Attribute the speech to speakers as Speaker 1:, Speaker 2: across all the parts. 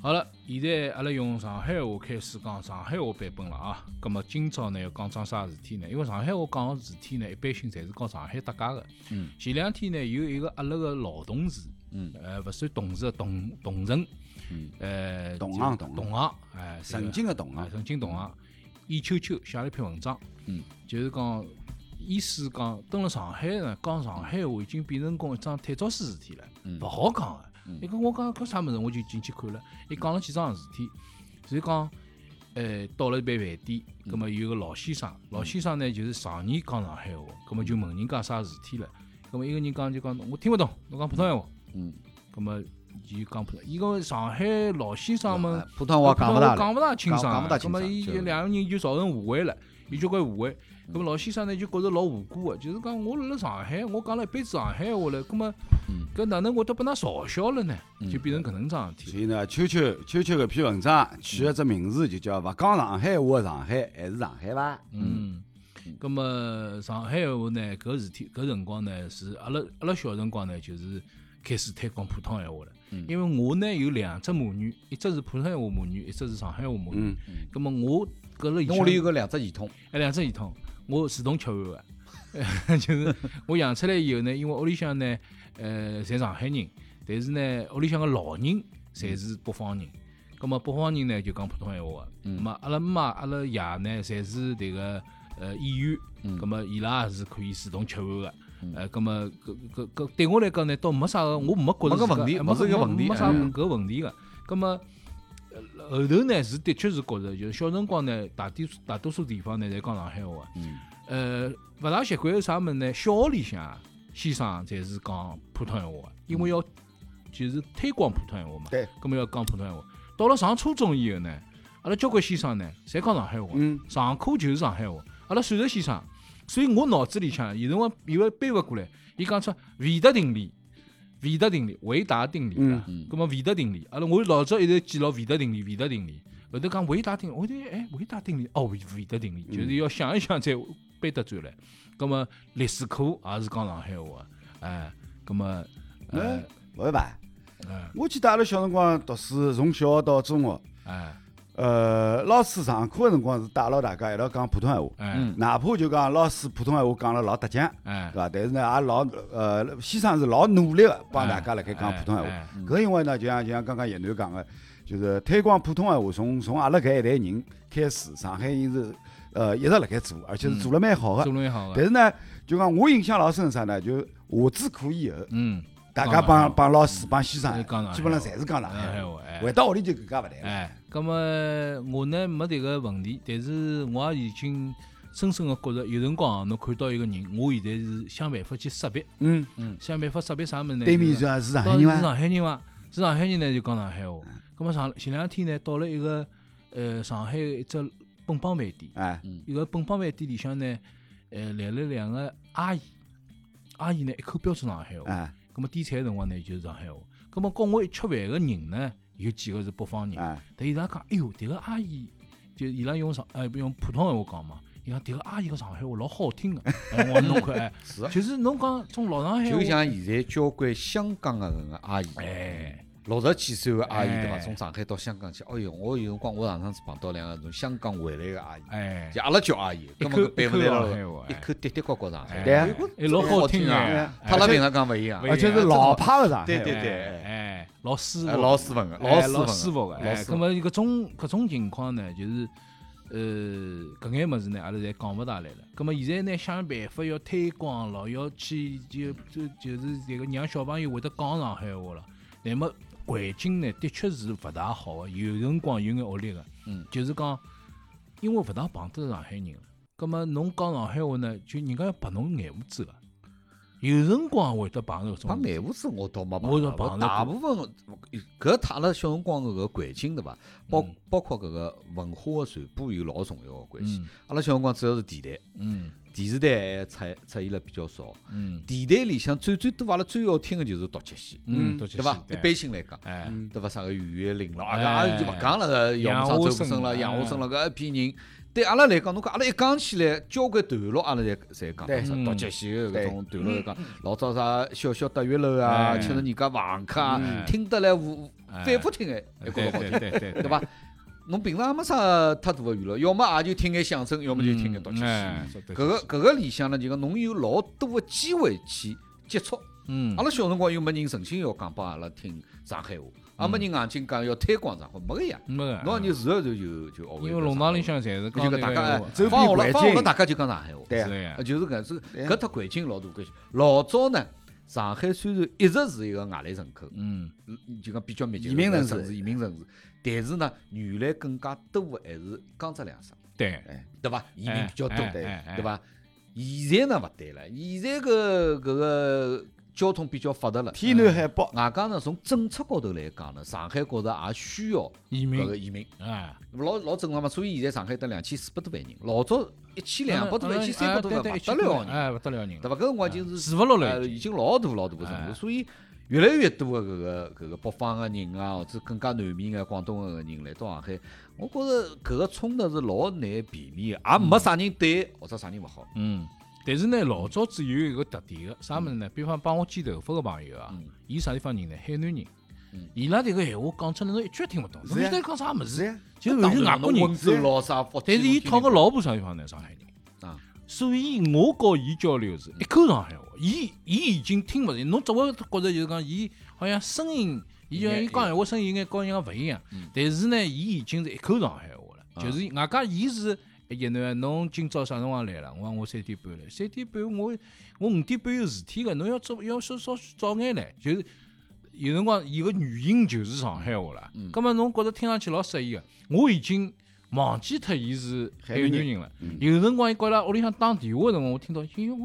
Speaker 1: 好了，现在阿拉用上海话开始讲上海话版本了啊。葛么今朝呢要讲桩啥事体呢？因为上海话讲个事体呢，一般性侪是跟上海搭界个。
Speaker 2: 嗯。
Speaker 1: 前两天呢，有一个阿拉个老同事，
Speaker 3: 嗯，
Speaker 1: 呃，勿算同事个同同城，
Speaker 3: 嗯，
Speaker 1: 呃，
Speaker 3: 同
Speaker 1: 就
Speaker 3: 行同行
Speaker 1: 同行，哎，这个
Speaker 3: 曾经的同
Speaker 1: 啊
Speaker 3: 行，
Speaker 1: 曾经同行，伊秋秋写了一篇文章，
Speaker 3: 嗯，
Speaker 1: 就是讲，意思讲，蹲辣上海呢，讲上海话已经变成讲一桩太早水事体了，
Speaker 3: 嗯
Speaker 1: 勿好讲个。
Speaker 3: 嗯
Speaker 1: 伊讲我讲搿啥物事，我就进去看了，伊讲了几桩事体，就是讲，呃，到了一爿饭店，葛
Speaker 3: 嗯
Speaker 1: 末有个老先生，老先生呢就是常年讲上海话，葛末就
Speaker 3: 嗯
Speaker 1: 问人家啥事体了，葛末一个人讲就讲我听勿懂，侬讲普通闲话，
Speaker 3: 嗯，
Speaker 1: 葛末伊讲普通，伊讲上海老先生们
Speaker 3: 哎。普通话讲勿大
Speaker 1: 啊讲
Speaker 3: 了，
Speaker 1: 勿大清爽
Speaker 3: 讲
Speaker 1: 啊，
Speaker 3: 勿大
Speaker 1: 葛
Speaker 3: 清
Speaker 1: 么
Speaker 3: 爽
Speaker 1: 伊
Speaker 3: 就是
Speaker 1: 两个人就造成误会了，有交关误会。葛么老先生呢就觉着老无辜个，啊就是讲我辣辣上海，我讲了一辈子上海话了，葛么
Speaker 3: 嗯
Speaker 1: 搿哪能会得被㑚嘲笑了呢？就变成搿能桩事体。
Speaker 3: 所以呢，秋秋秋秋搿篇文章取了只名字，就叫“勿讲上海话的上海还是上海伐
Speaker 1: 嗯，葛么上海话呢，搿事体搿辰光呢是阿拉阿拉小辰光呢就是开始推广普通闲话了。
Speaker 3: 嗯
Speaker 1: 因为我呢有两只母语，一只是普通闲话母语，一只是上海话母语
Speaker 3: 嗯。
Speaker 1: 葛么我搿辣以”？
Speaker 3: 侬
Speaker 1: 前
Speaker 3: 屋里有个两只系统，
Speaker 1: 哎，两只系统，我自动切换个， 就是我养出来以后呢，因为屋里向呢，呃，侪上海人，但是呢，屋里向个老人侪是北方人，葛末北方人呢就讲普通闲话个，
Speaker 3: 嗯
Speaker 1: 葛末阿拉妈、阿拉爷呢，侪是迭个呃演员，
Speaker 3: 嗯
Speaker 1: 葛末伊拉也是可以自动切换个。呃，葛么搿搿搿对我来讲呢，倒没啥个，我没觉
Speaker 3: 没
Speaker 1: 着哎
Speaker 3: 个问题
Speaker 1: 没
Speaker 3: 勿是一个问题
Speaker 1: 没啥
Speaker 3: 嗯
Speaker 1: 搿问题个。葛么呃后头呢是的确是觉着，就是小辰光呢，大多数大多数地方呢侪讲上海话啊
Speaker 3: 嗯，
Speaker 1: 呃，勿大习惯是啥物事呢？小学里向啊先生侪是讲普通闲话的，因为要就是推广普通闲话嘛，
Speaker 3: 嗯对，
Speaker 1: 葛么要讲普通闲话。到了上初中以后呢，阿拉交关先生呢侪讲上海话，
Speaker 3: 嗯，
Speaker 1: 上课就是上海话。阿拉数学先生，所以我脑子里向有辰光有个搬勿过来，伊讲出韦德定理。韦德定理、韦达定理
Speaker 3: 嗯
Speaker 1: 啊，咁么韦德定理，阿拉我老早一直记牢韦德定理、韦德定理，后头讲韦达定理，我头哎韦达定理，哦韦韦德定理，
Speaker 3: 嗯
Speaker 1: 就是要想一想再背得转来。咁么历史课也是讲上海话，哎，咁么
Speaker 3: 哎
Speaker 1: 呃，
Speaker 3: 勿会吧
Speaker 1: 嗯？
Speaker 3: 我记得阿拉小辰光读书，从小学到中学，
Speaker 1: 哎
Speaker 3: 呃，老师上课个辰光是带牢大家一道讲普通闲话，
Speaker 1: 哎
Speaker 3: 哪怕就讲老师普通闲话讲了老得劲，
Speaker 1: 哎
Speaker 3: 对，伐？但是呢，也老呃，先生是老努力个帮大家辣盖讲普通闲
Speaker 1: 哎
Speaker 3: 话。搿因为呢，就像就像刚刚叶楠讲个，就是推广普通闲话，从从阿拉搿一代人开始，上海人是呃一直辣盖做，而且是
Speaker 1: 嗯
Speaker 3: 做了蛮好个
Speaker 1: 周。润好啊
Speaker 3: 但
Speaker 1: 个，
Speaker 3: 是呢，就讲我印象老深是啥呢？就下子课以后，
Speaker 1: 嗯，
Speaker 3: 大家
Speaker 1: 讲上海
Speaker 3: 帮
Speaker 1: 话
Speaker 3: 帮老师帮先
Speaker 1: 侪
Speaker 3: 生
Speaker 1: 讲上海，话
Speaker 3: 基本上侪是讲上
Speaker 1: 上海
Speaker 3: 海话。
Speaker 1: 话，哎。
Speaker 3: 回到屋里就更加勿谈了。
Speaker 1: 哎，咁么我呢没迭个问题，但是我也已经深深个觉着，有辰光啊侬看到一个人，我现在是想办法去识别，
Speaker 3: 嗯，
Speaker 1: 想办法识别啥物事呢？
Speaker 3: 对面
Speaker 1: 就是
Speaker 3: 是上海
Speaker 1: 到底
Speaker 3: 人
Speaker 1: 是
Speaker 3: 伐？
Speaker 1: 上海人伐？是上海人呢就讲上海话。咁么上前两天呢到了一个呃上海一只本帮饭店，
Speaker 3: 哎，
Speaker 1: 一个本帮饭店里向呢，呃来了两个阿姨，阿姨呢一口标准上海话。
Speaker 3: 哎，
Speaker 1: 咁啊么点菜的辰光呢，就是上海话。咁么跟我一吃饭个人呢，有几个是北方人。
Speaker 3: 哎，
Speaker 1: 但伊拉讲，哎哟，迭个阿姨，就伊拉用上，呃，用普通闲话讲嘛。伊讲迭个阿姨个上海话老好听个，哎，我讲侬看，哎，
Speaker 3: 是啊
Speaker 1: 就是侬讲种老上海
Speaker 4: 就
Speaker 1: 话，
Speaker 4: 像现在交关香港个搿个阿姨，
Speaker 1: 哎，
Speaker 4: 六十几岁个阿姨对伐？
Speaker 1: 哎
Speaker 4: 从上海到香港去，哎哟，我有辰光我上趟子碰到两个从香港回来个阿姨，
Speaker 1: 哎，
Speaker 4: 就阿拉叫阿姨，
Speaker 1: 一
Speaker 4: 根
Speaker 1: 口
Speaker 4: 本背勿来
Speaker 1: 一口上海话
Speaker 4: 了，
Speaker 1: 哎
Speaker 4: 一口滴滴呱呱上海
Speaker 1: 哎
Speaker 4: 话，
Speaker 3: 对啊
Speaker 1: 哎，老好听
Speaker 4: 啊！
Speaker 1: 啊，
Speaker 4: 他拉平常讲勿一样，
Speaker 1: 哎
Speaker 3: 而且是老派个上海话。
Speaker 4: 对对
Speaker 1: 哎，哎，老师
Speaker 4: 哎老斯文个，
Speaker 1: 老
Speaker 4: 斯文个，
Speaker 1: 舒服个，
Speaker 4: 老
Speaker 1: 哎，
Speaker 4: 斯
Speaker 1: 咁
Speaker 4: 文。
Speaker 1: 么搿种搿种情况呢，就是呃搿眼物事呢，阿拉侪讲勿大来了。咁么现在呢，想办法要推广咯，要去就就就是迭个让小朋友会得讲上海话了。那么环境呢，的确是勿大好个，有辰光有眼恶劣个。
Speaker 4: 嗯，
Speaker 1: 就是讲，因为勿大碰得上海人了，咁么侬讲上海话呢，就人家要白侬眼胡子个。有辰光会得碰着搿
Speaker 4: 碰
Speaker 1: 种。
Speaker 4: 难务子我倒没
Speaker 1: 我
Speaker 4: 碰
Speaker 1: 是
Speaker 4: 到过，
Speaker 1: 碰到
Speaker 4: 大
Speaker 1: 过
Speaker 4: 部分搿踏了小辰光搿个环境对伐？包
Speaker 1: 嗯
Speaker 4: 包括搿个文化的传播有老重要的关系
Speaker 1: 嗯。
Speaker 4: 阿拉小辰光主要是电台，
Speaker 1: 嗯
Speaker 4: 电视台还出出现了比较少。
Speaker 1: 嗯
Speaker 4: 电台里向最最多阿拉最要听的就是独角戏，
Speaker 1: 嗯，
Speaker 4: 对伐？一般性来讲，嗯
Speaker 1: 哎，
Speaker 4: 对伐？啥个俞月玲了，
Speaker 1: 哎
Speaker 4: 啊，就勿讲了，杨
Speaker 1: 杨
Speaker 4: 无
Speaker 1: 华
Speaker 4: 昌、周
Speaker 1: 生
Speaker 4: 武生了、
Speaker 1: 哎
Speaker 4: 杨华生了搿一批人。对阿拉来讲，侬讲阿拉一讲起来，交关段落阿拉侪侪讲
Speaker 3: 对
Speaker 4: 啥
Speaker 1: 嗯
Speaker 4: 独角戏的搿
Speaker 3: 对
Speaker 4: 种段落来讲，老早啥小小搭月楼啊，
Speaker 1: 哎
Speaker 4: 吃着人家房客啊
Speaker 1: 嗯，
Speaker 4: 听得来无
Speaker 1: 哎
Speaker 4: 反复听哎，还觉
Speaker 1: 对
Speaker 4: 着好
Speaker 1: 对
Speaker 4: 听，
Speaker 1: 对对对
Speaker 4: 对伐？侬平常也没啥太大的娱乐，要么也就听眼相声，要么就
Speaker 1: 嗯
Speaker 4: 听眼独角戏。
Speaker 1: 戏
Speaker 4: 搿个搿个里向呢，就讲侬有老多的机会去接触。
Speaker 1: 嗯
Speaker 4: 阿拉小辰光又没人诚心要讲帮阿拉听上海话，也没人硬劲讲要推广上海，没个呀。
Speaker 1: 没个，
Speaker 4: 侬你自然就就就学会
Speaker 1: 嗯因为
Speaker 4: 了
Speaker 1: 弄堂里向
Speaker 4: 上海话，
Speaker 1: 侪是
Speaker 4: 就
Speaker 1: 讲
Speaker 4: 讲大家哎
Speaker 3: 周边
Speaker 4: 放学
Speaker 3: 环
Speaker 4: 了放学了，
Speaker 3: 境
Speaker 4: 大家就讲上海话，
Speaker 3: 对
Speaker 1: 是呀
Speaker 4: 啊，，就是搿是
Speaker 3: 对
Speaker 4: 搿搭环境老大关系。老早呢，上海虽然一直是一个外来人口，
Speaker 1: 嗯
Speaker 4: 嗯就讲比较密集
Speaker 3: 移民
Speaker 4: 的
Speaker 3: 城
Speaker 4: 城
Speaker 3: 市
Speaker 4: 市，移民城市，但是呢，原来更加多的还是江浙两省，
Speaker 1: 对，哎
Speaker 4: 对伐？移民比较多，
Speaker 3: 对
Speaker 4: 对？伐？现在呢勿对了，现在个搿个交通比较发达了。
Speaker 3: 天南海北，
Speaker 4: 外加呢，从政策高头来讲呢，上海觉着也需要
Speaker 1: 移民
Speaker 4: 搿个移民，
Speaker 1: 哎，
Speaker 4: 老老正常嘛。所以现在上海得两千四百多万人，老早一千两百多万、一千三
Speaker 1: 哎
Speaker 4: 百多万，勿得了人，
Speaker 1: 哎，不得了人，
Speaker 4: 对伐？搿辰光已经是
Speaker 1: 住勿落
Speaker 4: 呃
Speaker 1: 了
Speaker 4: 已经老大老大个程
Speaker 1: 哎
Speaker 4: 度，所以越来越多的搿个搿个北方个人啊，或者更加南面个广东个人来到上海，我觉着搿个冲突是老难避免个，也没啥人对或者啥人勿好。
Speaker 1: 嗯，但是呢，老早子有一个特点个，
Speaker 4: 嗯
Speaker 1: 啥物事呢？比方帮我剪头发个朋友啊，伊啥地方人呢？海南人
Speaker 4: 嗯。
Speaker 1: 伊拉迭个闲话讲出来，侬一句也听勿懂。侬
Speaker 3: 是呀
Speaker 1: 现在讲啥物
Speaker 3: 是
Speaker 1: 事，
Speaker 3: 呀，
Speaker 1: 就完全外国人
Speaker 4: 温。州佬啥福
Speaker 1: 哦但
Speaker 4: 建
Speaker 1: 是
Speaker 4: 佬
Speaker 1: 伊
Speaker 4: 天天
Speaker 1: 讨个老婆啥地方呢？上海人。
Speaker 4: 啊，
Speaker 1: 所以我和伊交流是一口上海话，伊伊已经听勿见，侬只会觉着就是讲伊好像声音，伊就像伊讲闲话声音有眼跟人家勿一样
Speaker 4: 嗯。啊
Speaker 1: 但是呢，伊已经是一口上海话了，就是外加伊是一南，侬今朝啥辰光来了？我讲我三点半来，三点半我我五点半有事体个，侬要早要稍稍早眼来，就是有辰光伊个语音就是上海话了。嗯，葛末侬觉着听上去老适意个，我已经忘记脱伊是海
Speaker 3: 海南
Speaker 1: 南
Speaker 3: 人嗯
Speaker 1: 人了。有辰光伊告伊拉屋里向打电话个辰光，我听到，哎哟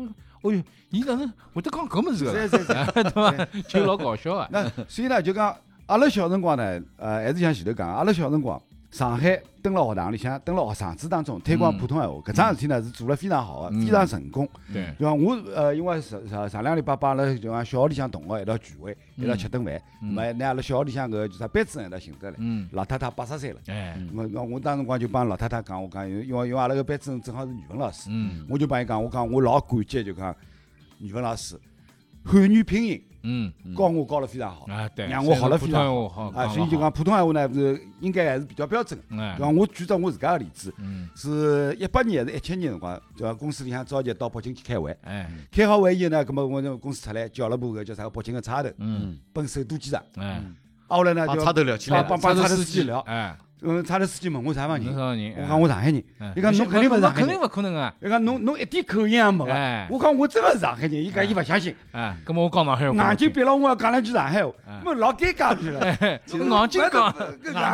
Speaker 1: 我，哎哟，伊哪能会得讲搿物事个啦？
Speaker 3: 是是是。
Speaker 1: 对伐？就老搞笑啊。
Speaker 3: 那所以呢，就讲阿拉小辰光呢，呃，还是像前头讲，阿拉小辰光，上海蹲辣学堂里向，蹲辣学生子当中推广
Speaker 1: 嗯
Speaker 3: 普通闲话，搿桩事体呢是做了非常好的，非常成功。
Speaker 1: 对，
Speaker 3: 就讲我呃，因为上上上两个礼拜帮阿拉就讲小学里向同学一道聚会，
Speaker 1: 嗯
Speaker 3: 一道吃顿饭，没拿阿拉小学里向搿叫啥班主任一道寻得来，
Speaker 1: 嗯，
Speaker 3: 老太太八十岁了。
Speaker 1: 哎，
Speaker 3: 我我我当辰光就帮老太太讲，我讲因为因为因为阿拉个班主任正好是语文老师，
Speaker 1: 嗯
Speaker 3: 我就帮伊讲，我讲我老感激，就讲语文老师汉语拼音
Speaker 1: 嗯，
Speaker 3: 教我教了非常好，
Speaker 1: 啊对，
Speaker 3: 让我学了
Speaker 1: 普
Speaker 3: 非
Speaker 1: 通
Speaker 3: 常好。
Speaker 1: 话好，
Speaker 3: 啊，
Speaker 1: 了
Speaker 3: 所以就
Speaker 1: 好
Speaker 3: 讲，普通闲话呢是应该还是比较标准的。
Speaker 1: 哎
Speaker 3: 就，讲我举只我自家个例子，
Speaker 1: 嗯，
Speaker 3: 是一八年还是一七年辰光，就讲公司里向召集到北京去开会，
Speaker 1: 哎，
Speaker 3: 开好会以后呢，葛么我们公司出来叫了部个叫啥个北京个差头，
Speaker 1: 嗯，
Speaker 3: 奔首都机场，
Speaker 1: 哎，
Speaker 3: 啊后来呢
Speaker 4: 帮
Speaker 3: 就
Speaker 4: 差头聊起来了
Speaker 3: 帮帮帮
Speaker 1: 差
Speaker 3: 差
Speaker 1: 头
Speaker 3: 头
Speaker 1: 司
Speaker 3: 司
Speaker 1: 机
Speaker 3: 机聊，
Speaker 1: 哎，
Speaker 3: 嗯，差头司机问我啥地方
Speaker 1: 侬
Speaker 3: 人，
Speaker 1: 啥人？
Speaker 3: 我讲我上海人，
Speaker 1: 哎，
Speaker 3: 伊讲侬肯定勿是上海
Speaker 1: 肯定
Speaker 3: 人，
Speaker 1: 勿可能啊！
Speaker 3: 伊讲侬侬一点口音也没
Speaker 1: 哎
Speaker 3: 个，我讲我真个是上海人，伊讲伊勿相信，
Speaker 1: 哎，咁么我讲上海话，
Speaker 3: 硬劲逼牢我要讲两句上海话
Speaker 1: 哎，
Speaker 3: 么老尴尬去了。
Speaker 1: 哎， 硬劲
Speaker 3: 硬
Speaker 1: 讲，硬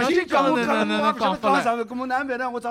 Speaker 1: 劲
Speaker 3: 劲讲，我
Speaker 1: 讲，那那
Speaker 3: 讲
Speaker 1: 那
Speaker 3: 我
Speaker 1: 讲
Speaker 3: 讲
Speaker 1: 不
Speaker 3: 讲
Speaker 1: 来，
Speaker 3: 啥个，搿么哪办呢？我找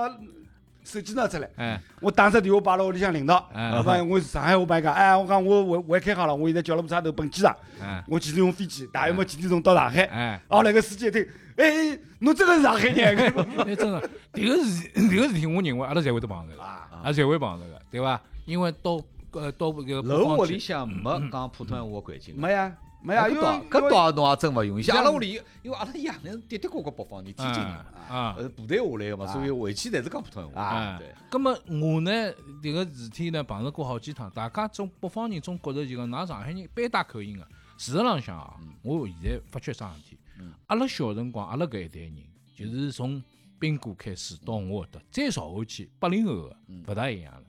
Speaker 3: 手机拿出来，
Speaker 1: 哎，
Speaker 3: 我打只电话拨阿拉屋里向领导，
Speaker 1: 哎
Speaker 3: 老板，我上海话白讲，哎，我讲我我我开好了，我现在叫了部车头奔机场，
Speaker 1: 哎，
Speaker 3: 我几点用飞机，大约么几点钟到上海？
Speaker 1: 哎。
Speaker 3: 后来个司机一听，哎，侬真个是上海人，
Speaker 1: 哎，真的，迭个 事，迭个事体，我认为阿拉侪会得碰着个，
Speaker 4: 啊
Speaker 1: 阿拉侪会碰着个，对伐？因为到呃到搿个
Speaker 4: 楼
Speaker 1: 北
Speaker 4: 屋
Speaker 1: 方
Speaker 4: 里
Speaker 1: 去，
Speaker 4: 向没讲普通话的环境 的。
Speaker 3: 没呀没啊呀，因为
Speaker 4: 搿倒搿倒侬也真勿容易。像阿拉屋里，因为阿拉爷娘的的确确北方人，天津人
Speaker 1: 啊
Speaker 4: 嘛，
Speaker 1: 啊，
Speaker 4: 呃，部队下来个嘛，所以回去侪是讲普通话
Speaker 3: 啊
Speaker 4: 对，
Speaker 1: 哎咁么我呢，迭个事体呢碰着过好几趟，大家总北方人总觉着就讲，㑚上海人一般带口音个。事实浪向啊，
Speaker 4: 嗯
Speaker 1: 我现在发觉桩事体，阿拉小辰光，阿拉搿一代人，就是从斌哥开始到我搿搭，再朝下去，八零后个
Speaker 4: 嗯
Speaker 1: 勿大一样了。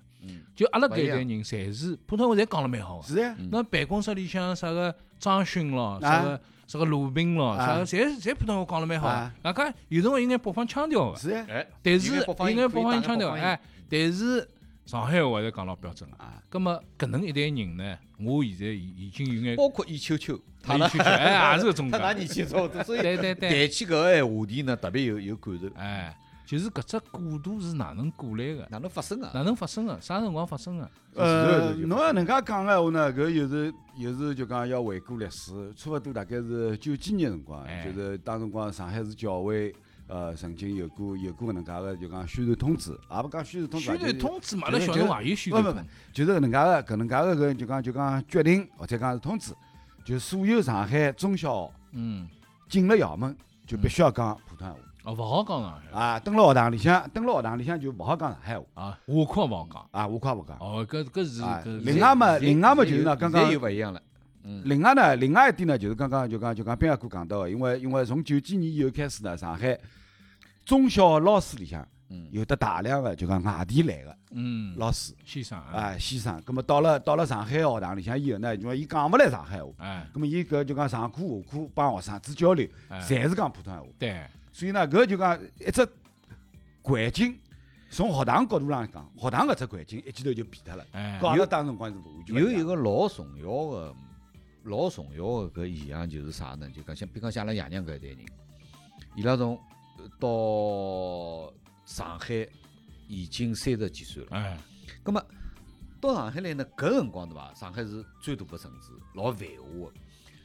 Speaker 1: 就阿拉搿一代人，侪是普通话侪讲了蛮好个。
Speaker 3: 是呀，
Speaker 1: 那办公室里向啥个张勋咯，啥个啥个鲁滨咯，
Speaker 3: 啊
Speaker 1: 啥个侪侪普通话讲了蛮好
Speaker 3: 啊。
Speaker 1: 外加有辰光有眼北方腔调个，
Speaker 3: 是呀，
Speaker 4: 哎，
Speaker 1: 但是
Speaker 4: 应该北方
Speaker 1: 应该
Speaker 4: 人可
Speaker 1: 北
Speaker 4: 以
Speaker 1: 方
Speaker 4: 打
Speaker 1: 人
Speaker 4: 个
Speaker 1: 腔调
Speaker 4: 北方人
Speaker 1: 哎，但是上海话还是讲老标准个
Speaker 3: 啊。
Speaker 1: 咁么搿能一代人呢，我现在已已经有眼
Speaker 4: 包括伊秋秋，他
Speaker 1: 没
Speaker 4: 呢
Speaker 1: 去去，哎，也是搿种
Speaker 4: 他哪
Speaker 1: 个。
Speaker 4: 年纪差不多，所以
Speaker 1: 对对对，
Speaker 3: 啊
Speaker 4: 谈起搿个闲话题呢，特别有有感受。
Speaker 1: 哎，就是搿只过渡是哪能过来个，
Speaker 4: 哪能发生
Speaker 1: 哪
Speaker 4: 啊？
Speaker 1: 能发生个，啥辰光发生个？
Speaker 3: 呃，侬要能介讲个话呢，搿又是又是就讲要回顾历史，差勿多大概是九几年辰光
Speaker 1: 哎，
Speaker 3: 就是当辰光上海市教委呃曾经有过有过搿能介个就讲宣传通知，也勿讲宣传通知，
Speaker 1: 宣
Speaker 3: 就是
Speaker 1: 传通知嘛，阿拉小辰光也有宣
Speaker 3: 不
Speaker 1: 传
Speaker 3: 不
Speaker 1: 通
Speaker 3: 不
Speaker 1: 知，，
Speaker 3: 就是搿能介个搿能介个搿就讲就讲决定或者讲是通知，就所有上海中小学
Speaker 1: 嗯，
Speaker 3: 进了校门就必须要讲普通话
Speaker 1: 哦，勿好讲上海
Speaker 3: 啊，蹲辣学堂里向蹲辣学堂里向就勿好讲上海话
Speaker 1: 啊，话腔勿好讲，
Speaker 3: 啊，我快勿讲。
Speaker 1: 哦，搿搿是
Speaker 3: 啊
Speaker 1: 搿
Speaker 3: 另外嘛
Speaker 4: 现在
Speaker 3: 另外嘛
Speaker 4: 现
Speaker 3: 就
Speaker 4: 在
Speaker 3: 是呢
Speaker 4: 有
Speaker 3: 刚
Speaker 4: 现在
Speaker 3: 刚
Speaker 4: 又勿一样了。嗯，
Speaker 3: 另外呢，另外一点呢，就是刚刚就讲就讲斌阿哥讲到的，因为因为从九几年以后开始呢，上海中小老师里向
Speaker 4: 嗯
Speaker 3: 有的大量的就讲外地来的
Speaker 1: 嗯，
Speaker 3: 老师
Speaker 1: 先生啊，
Speaker 3: 啊先生，那么到了到了上海学堂里向以后呢，因为伊讲勿来上海话，
Speaker 1: 哎，
Speaker 3: 那么伊搿就讲上课下课帮学生子交流，
Speaker 1: 哎
Speaker 3: 侪是讲普通话，
Speaker 1: 对，
Speaker 3: 所以呢，搿就讲一只环境。从学堂角度上讲，学堂搿只环境一记头就变脱了，
Speaker 1: 哎
Speaker 3: 跟，阿拉当辰光是完全
Speaker 4: 有一
Speaker 3: 个
Speaker 4: 个老重要的、老重要的搿现象就是啥呢？就讲像，比如讲像阿拉爷娘搿一代人，伊拉从呃到上海已经三十几岁了。
Speaker 1: 哎，
Speaker 4: 咁么到上海来呢，搿辰光对伐？上海是最大个城市，老繁华个，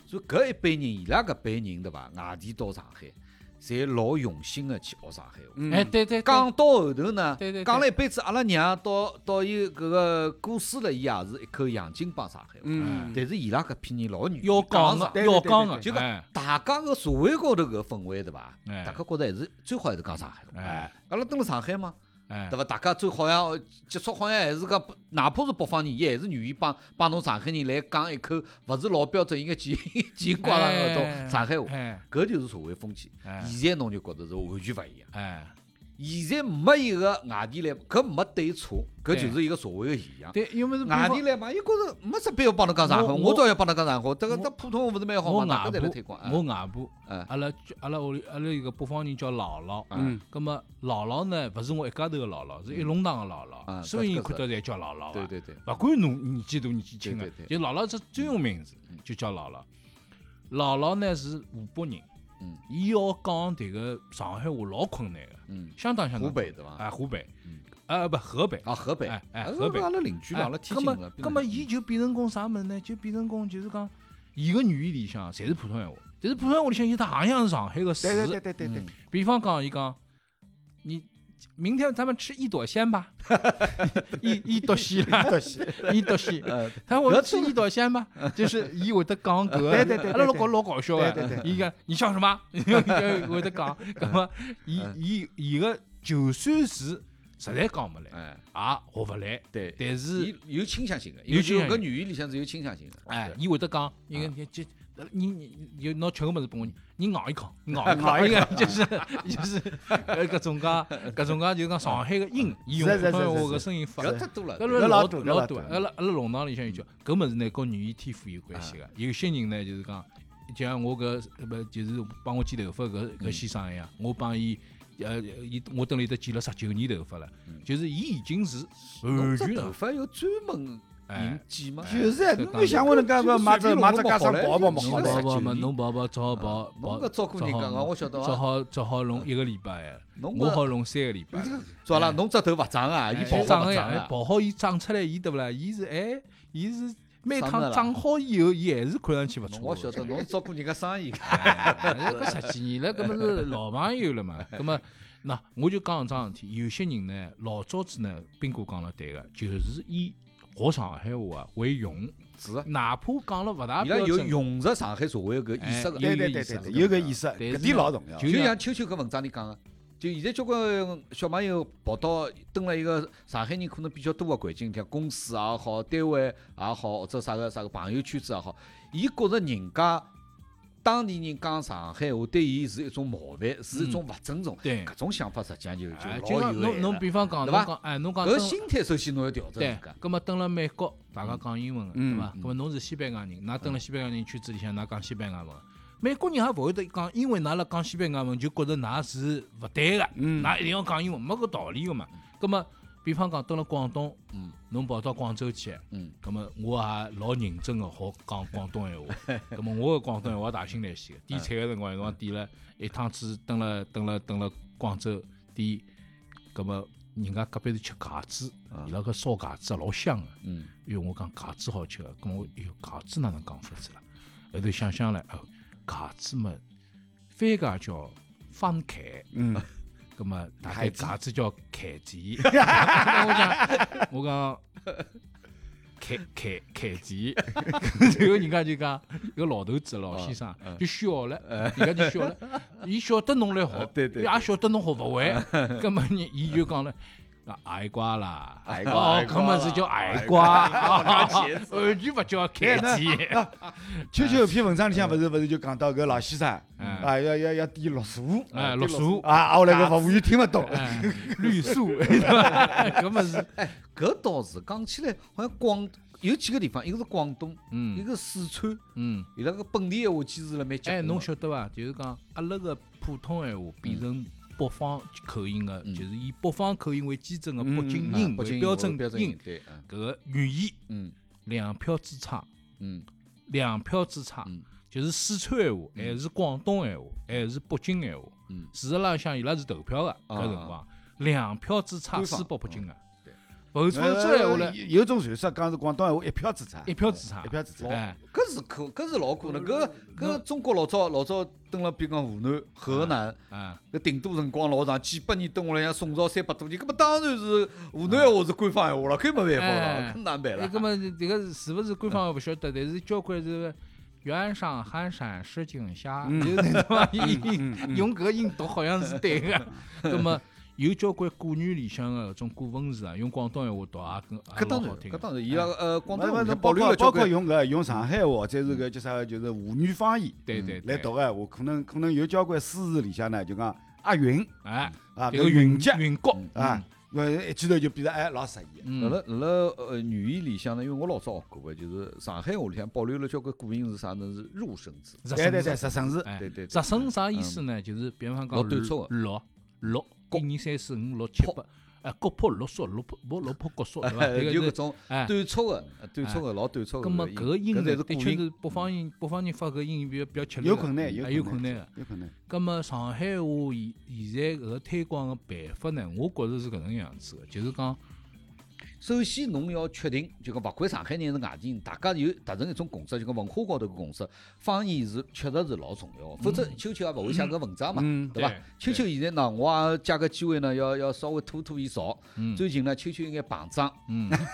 Speaker 4: 所以搿一辈人，伊拉搿辈人对伐？外地到上海，侪老用心个去学上海
Speaker 3: 嗯
Speaker 4: 话。
Speaker 1: 哎，对对，对
Speaker 4: 讲到后头呢
Speaker 1: 对对，对
Speaker 4: 讲了一辈子，阿拉娘到到伊搿个过世了，伊也是一口洋泾浜上海话。
Speaker 3: 嗯，
Speaker 4: 但是伊拉搿批人老愿意
Speaker 1: 要讲
Speaker 4: 上
Speaker 1: 个，
Speaker 3: 对对
Speaker 1: 要
Speaker 3: 对
Speaker 1: 讲
Speaker 3: 对
Speaker 1: 个，
Speaker 4: 就
Speaker 1: 哎
Speaker 4: 讲大家个社会高头搿氛围对伐？
Speaker 1: 哎
Speaker 4: 大家觉得还是最好还是讲上海话。
Speaker 1: 哎
Speaker 4: 阿拉蹲辣上海嘛，
Speaker 1: 哎
Speaker 4: 对，伐？大家最好像接触好像还是讲，哪怕是北方人，伊还是愿意帮帮侬上海人来讲一口，勿是老标准，应该奇奇怪怪搿种上海话。
Speaker 1: 哎
Speaker 4: 搿就是社会风气
Speaker 1: 哎。
Speaker 4: 现在侬就觉得是完全勿一样。
Speaker 1: 哎，
Speaker 4: 现在没一个外地来，搿没对错，搿就是一个社会个现象。
Speaker 1: 对，因为是比
Speaker 4: 外
Speaker 1: 方
Speaker 4: 地来嘛，伊觉着没啥必要帮侬讲上海话，
Speaker 1: 我
Speaker 4: 我
Speaker 1: 我
Speaker 4: 照样帮侬讲上海话。这个这普通话勿是蛮好
Speaker 1: 我
Speaker 4: 嘛，大
Speaker 1: 外
Speaker 4: 家侪来推
Speaker 1: 婆
Speaker 4: 广。，
Speaker 1: 我
Speaker 4: 啊
Speaker 1: 外婆，
Speaker 4: 哎
Speaker 1: 阿拉阿拉屋里阿拉有个北方人叫姥姥，
Speaker 3: 嗯，
Speaker 1: 咁么姥姥呢，勿是我一家头个姥姥，是一弄堂个姥
Speaker 4: 啊
Speaker 1: 姥，所有人看到侪叫姥姥啊
Speaker 4: 对对对，
Speaker 1: 勿管侬年纪大年纪轻个
Speaker 4: 对对，对嗯
Speaker 1: 就姥姥只专用名字就叫姥姥。姥姥呢是湖北人，
Speaker 4: 嗯，
Speaker 1: 伊要讲迭个上海话老困难个，
Speaker 4: 嗯，
Speaker 1: 相当相当
Speaker 4: 湖北对伐
Speaker 1: 啊，湖北
Speaker 4: 嗯，
Speaker 1: 啊不河北，
Speaker 4: 啊，河北
Speaker 1: 哎，哎
Speaker 4: 啊
Speaker 1: 河北
Speaker 4: 阿拉邻居
Speaker 1: 哎
Speaker 4: 阿拉天
Speaker 1: 葛
Speaker 4: 津
Speaker 1: 么
Speaker 4: 嗯个，
Speaker 1: 葛么，伊就变成功啥物事呢？就变成功就是讲，伊个语言里向侪是普通闲话，但是普通闲话里向有它像是上海个
Speaker 3: 对对对
Speaker 1: 词。
Speaker 3: 对对对。
Speaker 1: 比方讲，伊讲，你明天咱们吃一朵 鲜吧，一一朵鲜啦，一 朵鲜。
Speaker 4: 呃，
Speaker 1: 他说我们吃一朵鲜吧，就是伊会得讲搿个，
Speaker 3: 呃 对对对对
Speaker 1: 阿拉老搞老搞笑
Speaker 3: 对对
Speaker 1: 哎。伊讲你笑 什么？ 会得讲，搿么伊
Speaker 3: 呃
Speaker 1: 伊伊个就算是实在讲勿来，也
Speaker 4: 哎，
Speaker 1: 学勿来，
Speaker 4: 对，
Speaker 1: 但是
Speaker 4: 伊有倾向性个，
Speaker 1: 有
Speaker 4: 有
Speaker 1: 倾向
Speaker 4: 搿
Speaker 1: 性
Speaker 4: 语言里向是有倾向性个。
Speaker 1: 哎
Speaker 4: 对，，
Speaker 1: 伊会得讲，伊个你这，你你你拿吃个物事拨我，你咬一口，你咬一口，
Speaker 3: 咬一
Speaker 1: 哎呀就是就是呃各种介各种介就是讲上海个音，伊用
Speaker 3: 是是
Speaker 1: 普通
Speaker 3: 是
Speaker 1: 话
Speaker 3: 是
Speaker 1: 个声音发。
Speaker 4: 搿
Speaker 1: 搿
Speaker 4: 太多了。
Speaker 1: 老
Speaker 3: 搿老
Speaker 1: 老
Speaker 3: 多搿
Speaker 1: 老
Speaker 3: 老多
Speaker 1: 多啊，阿拉阿拉弄堂里向有叫搿物事呢，跟语言天赋有关系个。有些人呢，就是讲，就像我搿呃不就是帮我剪头发搿搿先生一样，我帮伊呃伊我等里头剪了十九年头发了，就是伊已经是完
Speaker 4: 侬
Speaker 1: 全
Speaker 4: 这头
Speaker 1: 了
Speaker 4: 发有专门人
Speaker 1: 哎
Speaker 4: 剪嘛？
Speaker 3: 就是，
Speaker 1: 就
Speaker 3: 侬没想过能介个买只买只加上包包嘛
Speaker 4: 就
Speaker 3: 好
Speaker 4: 是
Speaker 3: 嘞
Speaker 1: 宝
Speaker 4: 十
Speaker 1: 宝
Speaker 4: 九
Speaker 1: 嘛，
Speaker 4: 年
Speaker 1: 侬宝宝只好跑
Speaker 4: 啊
Speaker 1: 跑
Speaker 4: 侬搿照顾人家
Speaker 1: 只好
Speaker 4: 啊我晓得啊
Speaker 1: 只好只好弄一个礼拜哎，
Speaker 4: 侬
Speaker 1: 我
Speaker 4: 搿
Speaker 1: 好弄三个礼拜。啊
Speaker 4: 抓
Speaker 3: 哎
Speaker 4: 啦，侬只头勿长啊，伊
Speaker 1: 哎
Speaker 4: 跑
Speaker 1: 长
Speaker 4: 勿长
Speaker 1: 个呀，
Speaker 4: 啊。
Speaker 1: 跑好伊长出来，伊对勿啦？伊是哎，伊是每
Speaker 4: 长
Speaker 1: 趟
Speaker 4: 得啦
Speaker 1: 长好以后，伊还是看上去勿
Speaker 4: 侬
Speaker 1: 错。
Speaker 4: 我晓得，侬照顾人家生意。
Speaker 1: 哎，搿十几年了，搿么是老朋友了嘛？搿么，那我就讲一桩事体，有些人呢，老早子呢，斌哥讲了对个，就是以学上海话啊为荣，
Speaker 4: 是啊
Speaker 1: 哪怕讲了勿大
Speaker 4: 伊拉
Speaker 1: 标
Speaker 4: 有
Speaker 1: 准，
Speaker 4: 融入上海社会搿意识个
Speaker 1: 哎。
Speaker 3: 对对对对对，有搿意识，搿点老重要。
Speaker 1: 就
Speaker 4: 就
Speaker 1: 像
Speaker 4: 像秋秋搿文章里讲个，就现在交关小朋友跑到蹲辣一个上海人可能比较多个环境，像公司也好，单位也好，或者啥个啥个朋友圈子也好，伊觉着人家当地人讲上海话对伊是一种冒犯，是一种勿尊重。
Speaker 1: 嗯对
Speaker 4: 搿种想法实际上就
Speaker 1: 哎，
Speaker 4: 就
Speaker 1: 就
Speaker 4: 老
Speaker 1: 讲
Speaker 4: 有
Speaker 1: 侬侬比方讲，侬
Speaker 4: 对吧
Speaker 1: 讲哎，侬讲
Speaker 4: 搿
Speaker 1: 登
Speaker 4: 心态首先侬要调整
Speaker 1: 对
Speaker 4: 自家，。
Speaker 1: 葛末蹲辣美国，大家讲英文个，对
Speaker 3: 嗯
Speaker 1: 伐？葛末侬是西班牙人，㑚蹲辣西班牙人圈子里向，㑚讲西班牙文。美国人也勿会得讲，因为㑚辣讲西班牙文就觉着㑚是勿对个，
Speaker 3: 嗯
Speaker 1: 㑚一定要讲英文，没搿道理个嘛。葛末，比方讲蹲辣广东，
Speaker 4: 嗯，
Speaker 1: 侬跑到广州去，
Speaker 4: 嗯，
Speaker 1: 葛末我也老认真个好讲广东闲话。葛末我个广东闲话也大兴来西个，点菜个辰光，有辰光点了一趟子，蹲辣蹲辣蹲辣广州点葛么人家隔壁头吃茄子，伊拉搿烧茄子啊老香个。
Speaker 4: 嗯，
Speaker 1: 因为我讲茄子好吃个，葛么我哟茄子哪能讲法子啦？后头想想来，哦，茄子嘛，番茄叫番茄，
Speaker 3: 嗯，
Speaker 1: 葛么大概
Speaker 3: 海蜇
Speaker 1: 茄子叫茄子。那我讲，我 讲。凯凯凯 吉，然后人家就讲一个老头子
Speaker 4: 哦
Speaker 1: 老先生
Speaker 4: 嗯
Speaker 1: 就笑了，人家就 笑了，伊晓得侬来学，
Speaker 4: 啊对对
Speaker 1: 也晓得侬学勿 会，葛么你伊就讲了。啊，矮瓜啦，
Speaker 4: 矮瓜
Speaker 1: 哦
Speaker 4: 矮，瓜
Speaker 1: 根本是叫矮瓜， 啊 完全勿叫凯吉，
Speaker 3: 秋秋有篇文章里向勿是勿是就讲到搿老先生
Speaker 1: 嗯
Speaker 3: 啊，要要要点绿素
Speaker 1: 哎，绿树，
Speaker 3: 啊，啊后来搿服务员听勿 懂，呃
Speaker 1: 哎，
Speaker 4: 嗯
Speaker 1: 绿 树，对吧根本是，
Speaker 4: 哎，搿倒是讲起来，好像广有几个地方，一个是广东，一
Speaker 1: 嗯
Speaker 4: 个四川，
Speaker 1: 嗯，
Speaker 4: 伊拉个本地闲话坚持了蛮结
Speaker 1: 哎，
Speaker 4: 棍
Speaker 1: 侬
Speaker 4: 的
Speaker 1: 晓得伐？就是讲阿拉个普通闲话变成北方口音个，
Speaker 4: 嗯
Speaker 1: 就是以北方口音为基准个
Speaker 3: 嗯
Speaker 1: 北京
Speaker 4: 啊
Speaker 1: 人
Speaker 4: 北
Speaker 1: 为
Speaker 4: 京
Speaker 1: 标
Speaker 4: 人
Speaker 1: 准
Speaker 4: 标准
Speaker 1: 音
Speaker 4: 音，对，嗯
Speaker 1: 搿个语言
Speaker 4: 嗯
Speaker 1: 两票之差，
Speaker 4: 嗯
Speaker 1: 两票之差，
Speaker 4: 嗯
Speaker 1: 就是四川闲话，还是广东闲话，还是北京闲话。
Speaker 4: 嗯啊
Speaker 1: 事实浪向伊拉是投票的，搿辰光两票之差
Speaker 4: 官方嗯
Speaker 1: 输拨北京的
Speaker 4: 对。哎
Speaker 1: 后
Speaker 3: 呃
Speaker 1: 头这闲话呢，
Speaker 3: 有有种传说讲是广东闲话一票之差，
Speaker 1: 一票之差
Speaker 3: 一。票之差，嗯
Speaker 1: 哎，
Speaker 4: 搿是可，搿是老可能，搿搿中国老早老早蹲了，比如讲湖南、河南，
Speaker 1: 啊，
Speaker 4: 搿顶多辰光老长，几百年蹲下来，像宋朝三百多年，搿么当然是湖南闲话是官方闲话了，搿没办法
Speaker 1: 哎
Speaker 4: 了，搿难办
Speaker 1: 哎
Speaker 4: 了。
Speaker 1: 搿么这个是勿是官方勿晓得，但是交关是原上寒陕石井下，就是那种音用搿音读好像是对个。搿么有交关古语里向个搿种古文字啊，用广东闲话读啊，跟
Speaker 4: 搿
Speaker 1: 也
Speaker 4: 当
Speaker 1: 老
Speaker 4: 然，
Speaker 1: 好听啊
Speaker 4: 搿
Speaker 1: 的。
Speaker 4: 当然，伊拉呃广东
Speaker 3: 那么
Speaker 4: 话
Speaker 3: 那
Speaker 4: 保
Speaker 3: 包
Speaker 4: 留了
Speaker 3: 括
Speaker 4: 交
Speaker 3: 包括
Speaker 4: 关，
Speaker 3: 用搿用上海话或者是搿叫啥，就是沪语方言
Speaker 1: 对对
Speaker 3: 嗯来
Speaker 1: 对，
Speaker 3: 读个闲话，可能可能有交关诗词里向呢，就讲押韵
Speaker 1: 哎，
Speaker 3: 啊，
Speaker 1: 这
Speaker 3: 搿
Speaker 1: 个
Speaker 3: 韵
Speaker 1: 韵
Speaker 3: 脚
Speaker 1: 韵脚，
Speaker 3: 啊，搿一记头就变得哎老适意。
Speaker 1: 嗯
Speaker 4: 辣辣辣辣呃语言里向呢，因为我老早学过个，就是上海话里向保留了交关古音是啥呢？是入声字。
Speaker 1: 日
Speaker 3: 对
Speaker 1: 升
Speaker 3: 对
Speaker 1: 日
Speaker 3: 对，十城市
Speaker 1: 哎，
Speaker 4: 对对对
Speaker 1: 十声啥意思呢？就是比方
Speaker 4: 老
Speaker 1: 讲
Speaker 4: 短促的
Speaker 1: 六六一二三四五六七八，哎，国破六缩，六破六六破国缩，对伐？这个
Speaker 4: 有
Speaker 1: 是
Speaker 4: 搿种
Speaker 1: 哎，
Speaker 4: 短促个、短促个、老短促个
Speaker 1: 葛么
Speaker 4: 音。
Speaker 1: 搿个音
Speaker 4: 搿才
Speaker 1: 呢
Speaker 4: 是
Speaker 1: 的
Speaker 4: 古
Speaker 1: 确
Speaker 4: 音。
Speaker 1: 是北方人，北方人发搿音比较比较吃力的，
Speaker 3: 有困难，
Speaker 1: 哎
Speaker 3: 有
Speaker 1: 有
Speaker 3: 困
Speaker 1: 困
Speaker 3: 难
Speaker 1: 难个。
Speaker 3: 有困难。
Speaker 1: 葛么上海话现现在搿个推广个办法呢，我觉着是搿能样子个，就是
Speaker 3: 啊
Speaker 1: 讲
Speaker 4: 首先，侬要确定，就讲勿管上海人是外地人，大家有达成一种共识，就讲文化高头个共识，方言是确实是老重要的，否则秋秋也勿会写搿文章嘛，
Speaker 3: 嗯
Speaker 4: 对
Speaker 1: 嗯
Speaker 4: 伐
Speaker 1: 对？
Speaker 4: 秋秋现在呢，我也借搿机会呢，要要稍微吐吐伊槽。
Speaker 1: 嗯
Speaker 4: 最近呢，秋秋有眼膨胀，
Speaker 1: 嗯，
Speaker 4: 膨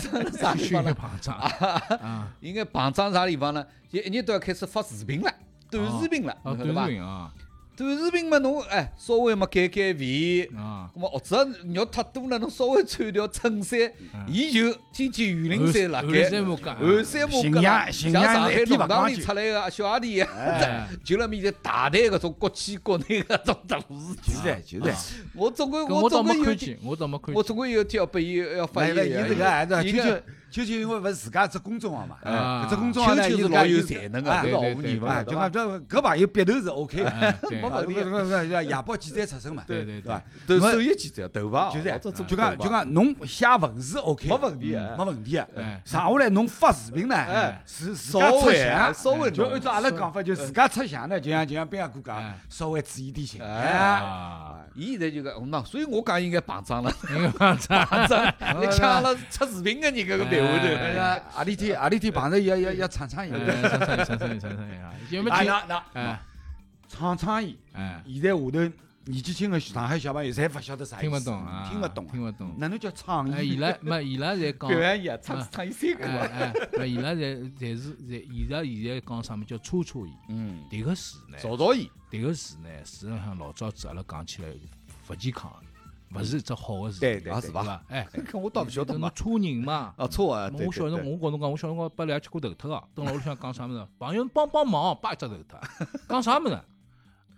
Speaker 4: 胀了啥地
Speaker 1: 虚
Speaker 4: 方
Speaker 1: 个
Speaker 4: 呢？
Speaker 1: 膨胀啊，
Speaker 4: 应该膨胀啥地方呢？就一年都要开始发视频了，短视频了，
Speaker 1: 啊，
Speaker 4: 对伐
Speaker 1: 短？运啊
Speaker 4: 短视频嘛，侬哎稍微嘛改改肥，
Speaker 1: 啊，
Speaker 4: 咁么或者肉太多了，侬稍微穿条衬衫，
Speaker 1: 啊
Speaker 4: 伊就天天鱼鳞衫辣
Speaker 1: 后后
Speaker 4: 盖，
Speaker 1: 三木干啊
Speaker 4: 寒山姆格啦，
Speaker 3: 形
Speaker 4: 像
Speaker 3: 象
Speaker 4: 上
Speaker 3: 形象
Speaker 4: 海
Speaker 3: 是一点勿
Speaker 4: 弄堂
Speaker 3: 讲
Speaker 4: 里
Speaker 3: 究哎
Speaker 4: 出来个小阿弟一样， 就辣面前大谈搿种国际国内搿种大事体。
Speaker 3: 就是就是，
Speaker 4: 我总归
Speaker 1: 搿我倒
Speaker 4: 总
Speaker 1: 没
Speaker 4: 归有
Speaker 1: 看
Speaker 4: 一天，
Speaker 1: 见，我倒没看
Speaker 4: 我
Speaker 1: 见。
Speaker 4: 总归有一天要拨伊要发
Speaker 3: 反
Speaker 4: 言
Speaker 3: 正伊
Speaker 4: 的。
Speaker 3: 是搿孩子，
Speaker 4: 伊
Speaker 3: 秋秋秋秋因为勿是自家只公众号嘛，
Speaker 1: 啊
Speaker 3: 搿只公众号呢，
Speaker 4: 秋
Speaker 3: 伊自
Speaker 4: 秋是
Speaker 3: 家
Speaker 4: 老有才能个，
Speaker 3: 啊
Speaker 4: 搿
Speaker 1: 对
Speaker 4: 老
Speaker 1: 对
Speaker 4: 无
Speaker 1: 对
Speaker 4: 疑问
Speaker 3: 啊，
Speaker 4: 的，
Speaker 3: 就
Speaker 4: 对伐
Speaker 3: 讲？这搿朋友鼻头是 OK 的，
Speaker 1: 哎对
Speaker 3: 啊搿个搿个夜报记者出身嘛，
Speaker 1: 对
Speaker 3: 对
Speaker 1: 对对
Speaker 3: 吧？
Speaker 4: 都首页记者头发，
Speaker 3: 就是
Speaker 4: 老早做
Speaker 3: 就讲
Speaker 4: 头
Speaker 3: 就
Speaker 4: 发
Speaker 3: 讲侬写文字 OK，
Speaker 4: 没问题
Speaker 3: 嗯没问题啊
Speaker 1: 哎。
Speaker 3: 剩下来侬发视频呢
Speaker 4: 哎，
Speaker 3: 是自
Speaker 4: 稍
Speaker 3: 家出
Speaker 4: 微啊
Speaker 3: 像，
Speaker 4: 稍微
Speaker 3: 就
Speaker 4: 弄嗯
Speaker 3: 按照阿拉讲法，就自家出像呢，就像就像边阿哥讲
Speaker 1: 哎，
Speaker 3: 稍微注意点形象。哎
Speaker 1: 啊，
Speaker 4: 伊现在就讲，那所以我讲应该膨 胀了，
Speaker 1: 应该膨胀。
Speaker 4: 膨胀 了，你抢阿拉出视频的人搿个别会头。
Speaker 3: 哎呀，何里天何里天碰着要要要唱唱伊，
Speaker 1: 哎，三三一，三三一，三三一啊！有没有
Speaker 3: 啊
Speaker 1: 听？
Speaker 3: 那那
Speaker 1: 哎
Speaker 3: 唱唱伊。
Speaker 1: 哎，
Speaker 3: 现在下头年纪轻的上海小朋友，侪勿晓得啥意思，
Speaker 1: 听不懂啊，
Speaker 3: 听不懂啊，
Speaker 1: 听不懂。
Speaker 3: 哪能叫唱
Speaker 1: 哎，伊
Speaker 3: 伊？
Speaker 1: 拉没，伊拉在讲，
Speaker 4: 表
Speaker 1: 哎
Speaker 4: 扬伊啊，唱唱伊三个嘛。
Speaker 1: 哎，没伊拉在，侪是在，伊拉现在讲啥么叫叉叉伊。
Speaker 4: 嗯，
Speaker 1: 迭个词呢，
Speaker 4: 曹操伊，
Speaker 1: 迭个词呢，事实上老早子阿拉讲起来勿健康，勿是一只好个事，
Speaker 3: 对对
Speaker 4: 啊
Speaker 3: 对
Speaker 4: 是
Speaker 1: 对
Speaker 4: 伐？
Speaker 1: 伐？哎，
Speaker 4: 搿我倒勿晓得
Speaker 1: 侬
Speaker 4: 嘛。
Speaker 1: 车人嘛。
Speaker 3: 哦
Speaker 4: 啊，错啊，对
Speaker 1: 我小辰光，我告侬讲，我小辰光拨人家吃过头脱啊！蹲辣屋里向讲啥物事，朋友帮帮忙，拨一只头脱，讲啥物事？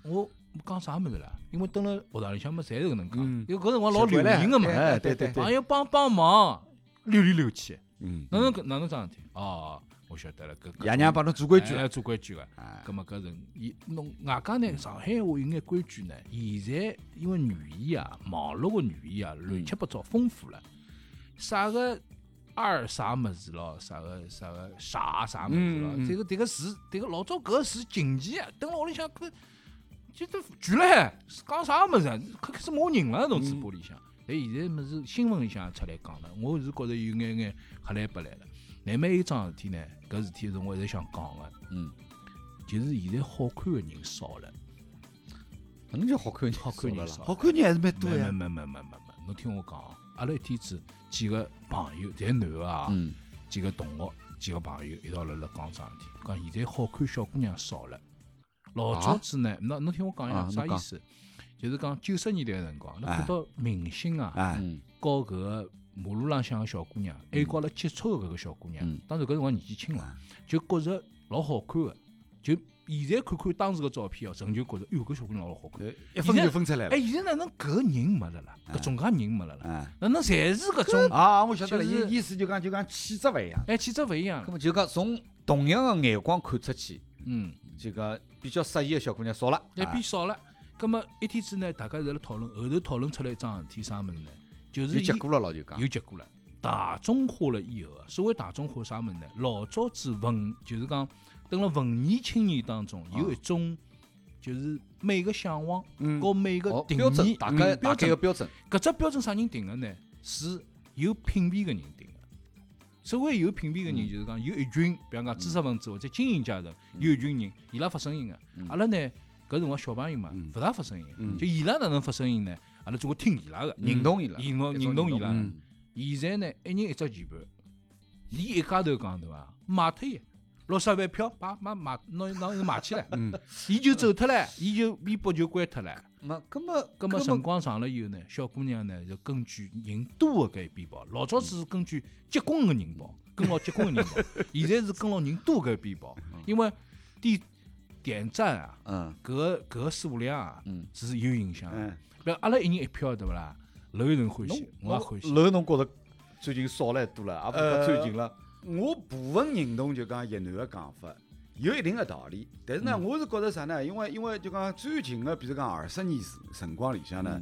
Speaker 1: 我讲啥物事啦？因为蹲辣学堂里向嘛，侪是搿能讲
Speaker 3: 嗯，
Speaker 1: 因为搿辰光老流行个嘛。
Speaker 3: 哎，对对对，
Speaker 1: 朋友帮帮忙，溜里溜气，
Speaker 3: 嗯，
Speaker 1: 哪能搿哪能桩事体？哦，我晓得了，搿搿
Speaker 3: 爷娘帮侬做规矩，
Speaker 1: 哎做规矩个。
Speaker 3: 啊
Speaker 1: 葛末搿人，伊侬外加呢，上海话有眼规矩呢。现在因为语言啊，网络个语言啊，乱
Speaker 3: 嗯
Speaker 1: 七八糟丰富了，啥个二啥物事咯，啥个啥个啥啥物事咯
Speaker 3: 嗯嗯，
Speaker 1: 这个迭个词，迭个老早搿个词禁忌啊，等辣屋里向搿就都聚了海，讲啥物事啊？开开始骂人了，从直播里向。
Speaker 3: 嗯
Speaker 1: 但现在么是新闻里向出来讲了，我是觉着有眼眼黑来白来了。难免有一桩事体呢，搿事体是我一直想讲个，
Speaker 4: 嗯，
Speaker 1: 就是现在好看个人少了，
Speaker 4: 侬就好看人，好
Speaker 1: 看人少了
Speaker 3: 好看人还是蛮
Speaker 1: 没
Speaker 3: 多
Speaker 1: 没
Speaker 3: 呀。
Speaker 1: 没没没没没，侬听我讲啊，阿拉一天子几个朋友，侪男个啊，
Speaker 4: 嗯，
Speaker 1: 几个同学、几个朋友一道辣辣讲桩事体，讲现在好看小姑娘少了。老早子呢，那侬听我讲一
Speaker 4: 啊
Speaker 1: 下，啥
Speaker 4: 侬讲
Speaker 1: 意思？就是讲九十年代个辰光，侬
Speaker 3: 哎
Speaker 1: 看到明星啊，
Speaker 3: 啊，
Speaker 4: 嗯，
Speaker 1: 搞搿个马路浪向个小姑娘，还有搞了接触个搿个小姑娘
Speaker 4: 嗯，
Speaker 1: 当然搿辰光年纪轻啊了，就觉着老好看个。就现在看看当时个照片哦，人就觉着，哟，搿小姑娘老好看。
Speaker 3: 一分就分出来了
Speaker 1: 哎，。呃现在哪能搿人没了啦？搿种介人没了啦？
Speaker 3: 啊
Speaker 1: 哪能侪是搿种？
Speaker 3: 啊，我晓得了，
Speaker 1: 就是
Speaker 3: 意意思就讲就讲气质勿一样。
Speaker 1: 哎，气质勿一样
Speaker 4: 那
Speaker 1: 了。
Speaker 4: 么就讲从同样的眼光看出去，
Speaker 1: 嗯。
Speaker 4: 就讲比较适宜的小姑娘少了，
Speaker 1: 也变少了。咁么一天子呢，大家侪辣讨论，后头讨论出来一桩事体，啥物事呢？就是
Speaker 4: 有结
Speaker 1: 伊
Speaker 4: 果了咯，就讲
Speaker 1: 有结果了。大众化了以后啊，所谓大众化啥物事呢？老早子文就是讲，等了文艺青年当中有一种，就是每个向往
Speaker 3: 嗯
Speaker 1: 和每个
Speaker 4: 哦
Speaker 1: 定
Speaker 4: 标准，
Speaker 1: 义，
Speaker 4: 大概
Speaker 1: 嗯
Speaker 4: 大
Speaker 1: 标
Speaker 4: 概
Speaker 1: 准
Speaker 4: 个标准，
Speaker 1: 搿只标准啥人定的呢？是有品味个人定的。所谓有品味个人，就是讲有一群，比方讲知识分子或者精英阶层，有一群人，伊拉发声音个。阿拉呢，搿辰光小朋友嘛，勿大发声音，就伊拉哪能发声音呢？阿拉总归听伊拉个，
Speaker 4: 认同伊拉，
Speaker 1: 认同
Speaker 4: 一
Speaker 1: 认
Speaker 4: 种
Speaker 1: 同伊拉
Speaker 4: 嗯。
Speaker 3: 嗯
Speaker 1: 现在呢，一人一只键盘，你一家头讲对伐？卖脱伊，六十万票，把把卖，拿拿伊卖起来，伊就走脱了，伊就微博就关脱了。
Speaker 4: 没，搿么
Speaker 1: 葛么辰光长了以后呢，小姑娘呢就根据人多的搿一边跑，老早子是根据结棍的人跑，跟牢结棍的人跑， 现在是跟牢人多搿一边跑，因为点点赞啊，
Speaker 4: 嗯
Speaker 1: 搿个搿个数量啊
Speaker 4: 嗯，
Speaker 1: 是有影响的
Speaker 3: 嗯。
Speaker 1: 比如阿拉一人一票对勿啦？楼有人欢喜，我也欢喜。
Speaker 4: 楼侬觉着最近少了还多了，也勿
Speaker 3: 呃
Speaker 4: 讲最近了，
Speaker 3: 我部分认同就讲叶楠个讲法，有一定个道理。但是呢，
Speaker 4: 嗯
Speaker 3: 我是觉得啥呢？因为因为就讲最近个，比如讲二十年辰辰光里向
Speaker 4: 嗯
Speaker 3: 呢，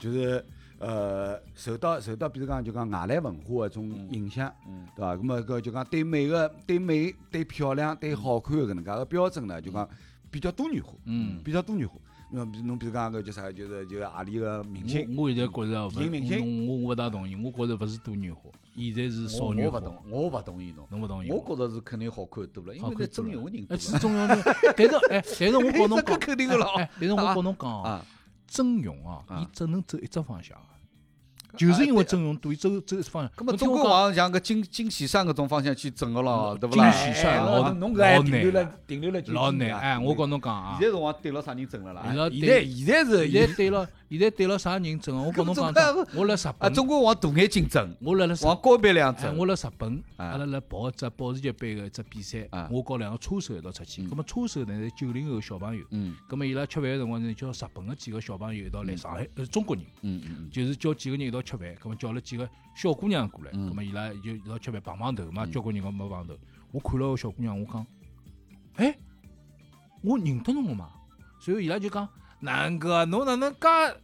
Speaker 3: 就是呃受到受到比如讲就讲外来文化个种
Speaker 4: 嗯
Speaker 3: 影响，对伐？咁么搿就讲对美个对美对漂亮对好看个搿能介个标准呢，
Speaker 4: 嗯
Speaker 3: 就讲比较多元化，
Speaker 1: 嗯，
Speaker 3: 比较多元化。侬比侬比如讲搿叫啥？就是就是阿里个明星，
Speaker 1: 我我现在觉着
Speaker 3: 人明星
Speaker 1: 勿，我我勿大同意，我觉着勿是多元化，现在是
Speaker 4: 我
Speaker 1: 少
Speaker 4: 我
Speaker 1: 元
Speaker 4: 勿
Speaker 1: 化。
Speaker 4: 同，我勿同意侬。
Speaker 1: 侬勿同意
Speaker 4: 我
Speaker 1: 吗？
Speaker 4: 觉着是肯定好看多了，因
Speaker 1: 好
Speaker 4: 为
Speaker 1: 看
Speaker 4: 在
Speaker 1: 多
Speaker 4: 征用
Speaker 1: 了
Speaker 4: 的人多
Speaker 1: 哎，是
Speaker 4: 了。
Speaker 1: 中央的，但是哎，但是我告侬讲，
Speaker 4: 这肯定的了
Speaker 1: 哎，哎但是我告侬讲
Speaker 4: 啊，
Speaker 1: 整容啊，
Speaker 4: 啊
Speaker 1: 伊只能走一只方向啊，就是因为整容对伊走走一只方向。
Speaker 4: 那么
Speaker 1: 侬
Speaker 4: 中
Speaker 1: 听我
Speaker 4: 国
Speaker 1: 讲，
Speaker 4: 往像个金金喜善搿种方向去整个了，对勿
Speaker 1: 金
Speaker 4: 啦？
Speaker 1: 喜善
Speaker 4: 哎
Speaker 1: 老
Speaker 4: 老
Speaker 3: 侬
Speaker 1: 老
Speaker 3: 搿还停留
Speaker 1: 难
Speaker 3: 了停留了几
Speaker 1: 老
Speaker 3: 几年
Speaker 1: 难
Speaker 3: 啊
Speaker 1: 哎，我告侬讲啊
Speaker 4: 现，在辰光对了啥人整了啦？
Speaker 1: 伊拉
Speaker 3: 现在
Speaker 1: 对
Speaker 3: 现在是
Speaker 1: 现在对了，现在对了啥人整啊？我告侬讲真，我辣日
Speaker 4: 啊，
Speaker 1: 本，
Speaker 4: 中国往大眼睛整，
Speaker 1: 我辣辣日
Speaker 4: 往高鼻梁
Speaker 1: 哎，
Speaker 4: 整。
Speaker 1: 我辣日本，
Speaker 4: 啊
Speaker 1: 阿拉辣跑一只保时捷杯个一只比赛
Speaker 4: 啊，
Speaker 1: 我搞两个车手一道出去。咁么车手呢是九零后小朋友，
Speaker 4: 嗯
Speaker 1: 咁啊么伊拉吃饭个辰光呢，叫日本个几个小朋友一道来上海，呃，中国人，
Speaker 4: 嗯嗯
Speaker 1: 就是叫几个人一道吃饭，咁么啊叫了几个小姑娘过来，
Speaker 4: 嗯
Speaker 1: 咁啊么伊拉就一道吃饭碰碰头嘛，交关人讲没碰头。我看了个小姑娘，我讲，哎，我认得侬个嘛？随后伊拉就讲，南哥，侬哪能介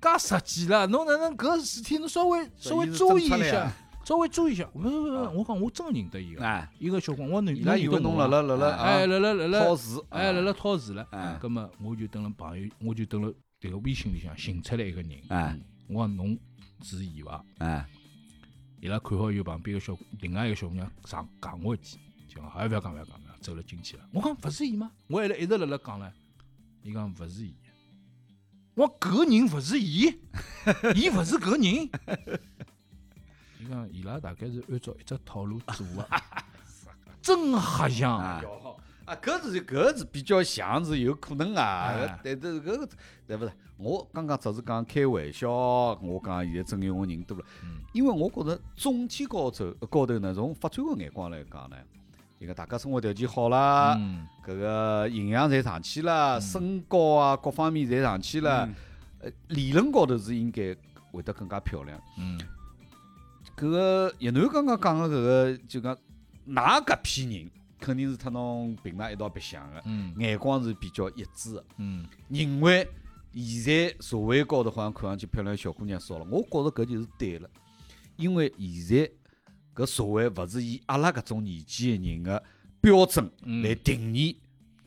Speaker 1: 介实际啦？侬哪能搿事体侬稍微稍微
Speaker 4: 意思
Speaker 1: 注意
Speaker 4: 真
Speaker 1: 一
Speaker 4: 出来
Speaker 1: 下
Speaker 4: 啊，
Speaker 1: 稍微注意一下。勿勿勿，我讲我真认得伊个，
Speaker 3: 哎
Speaker 1: 伊个小姑，我认
Speaker 4: 伊拉以为侬辣辣辣辣
Speaker 1: 哎，辣辣辣
Speaker 4: 嗯，
Speaker 1: 辣
Speaker 4: 超市。
Speaker 1: 哎，辣辣超市了
Speaker 4: 啊
Speaker 3: 哎，
Speaker 1: 葛么我就等了朋友，我就等了迭个微信里向寻出来一个人，
Speaker 3: 哎
Speaker 1: 我讲侬是伊伐？
Speaker 3: 哎
Speaker 1: 伊拉看好以后，旁边个小另外一个小姑娘上讲我一记，就讲哎勿要讲勿要讲勿要讲，走了进去了。我讲勿是伊吗？我还辣一直辣辣讲唻，伊讲勿是伊。我讲搿个人勿是伊，伊勿是搿个人。伊讲伊拉大概是按照一只套路做个，真黑相。
Speaker 4: 啊，搿是搿是比较像是有可能啊
Speaker 1: 哎，
Speaker 4: 但是搿个对勿是？我刚刚只是讲开玩笑，我讲现在整容的人多了，因为我觉着总体高头呃高头呢，从发展的眼光来讲呢，一个大家生活条件好啦，
Speaker 1: 嗯
Speaker 4: 搿个营养侪上去了，身高啊各方面侪上去了，呃，理论高头是应该会得更加漂亮。
Speaker 1: 嗯
Speaker 4: 搿个叶楠刚刚讲的搿个就讲，㑚搿批人肯定是和侬平常一道白相的，
Speaker 1: 嗯
Speaker 4: 眼光是比较一致的，
Speaker 1: 嗯
Speaker 4: 认为现在社会高头好像看上去漂亮的小姑娘少了，我觉着搿就是对了，因为现在搿社会勿是以阿拉搿种年纪的人的标准
Speaker 1: 嗯
Speaker 4: 来定义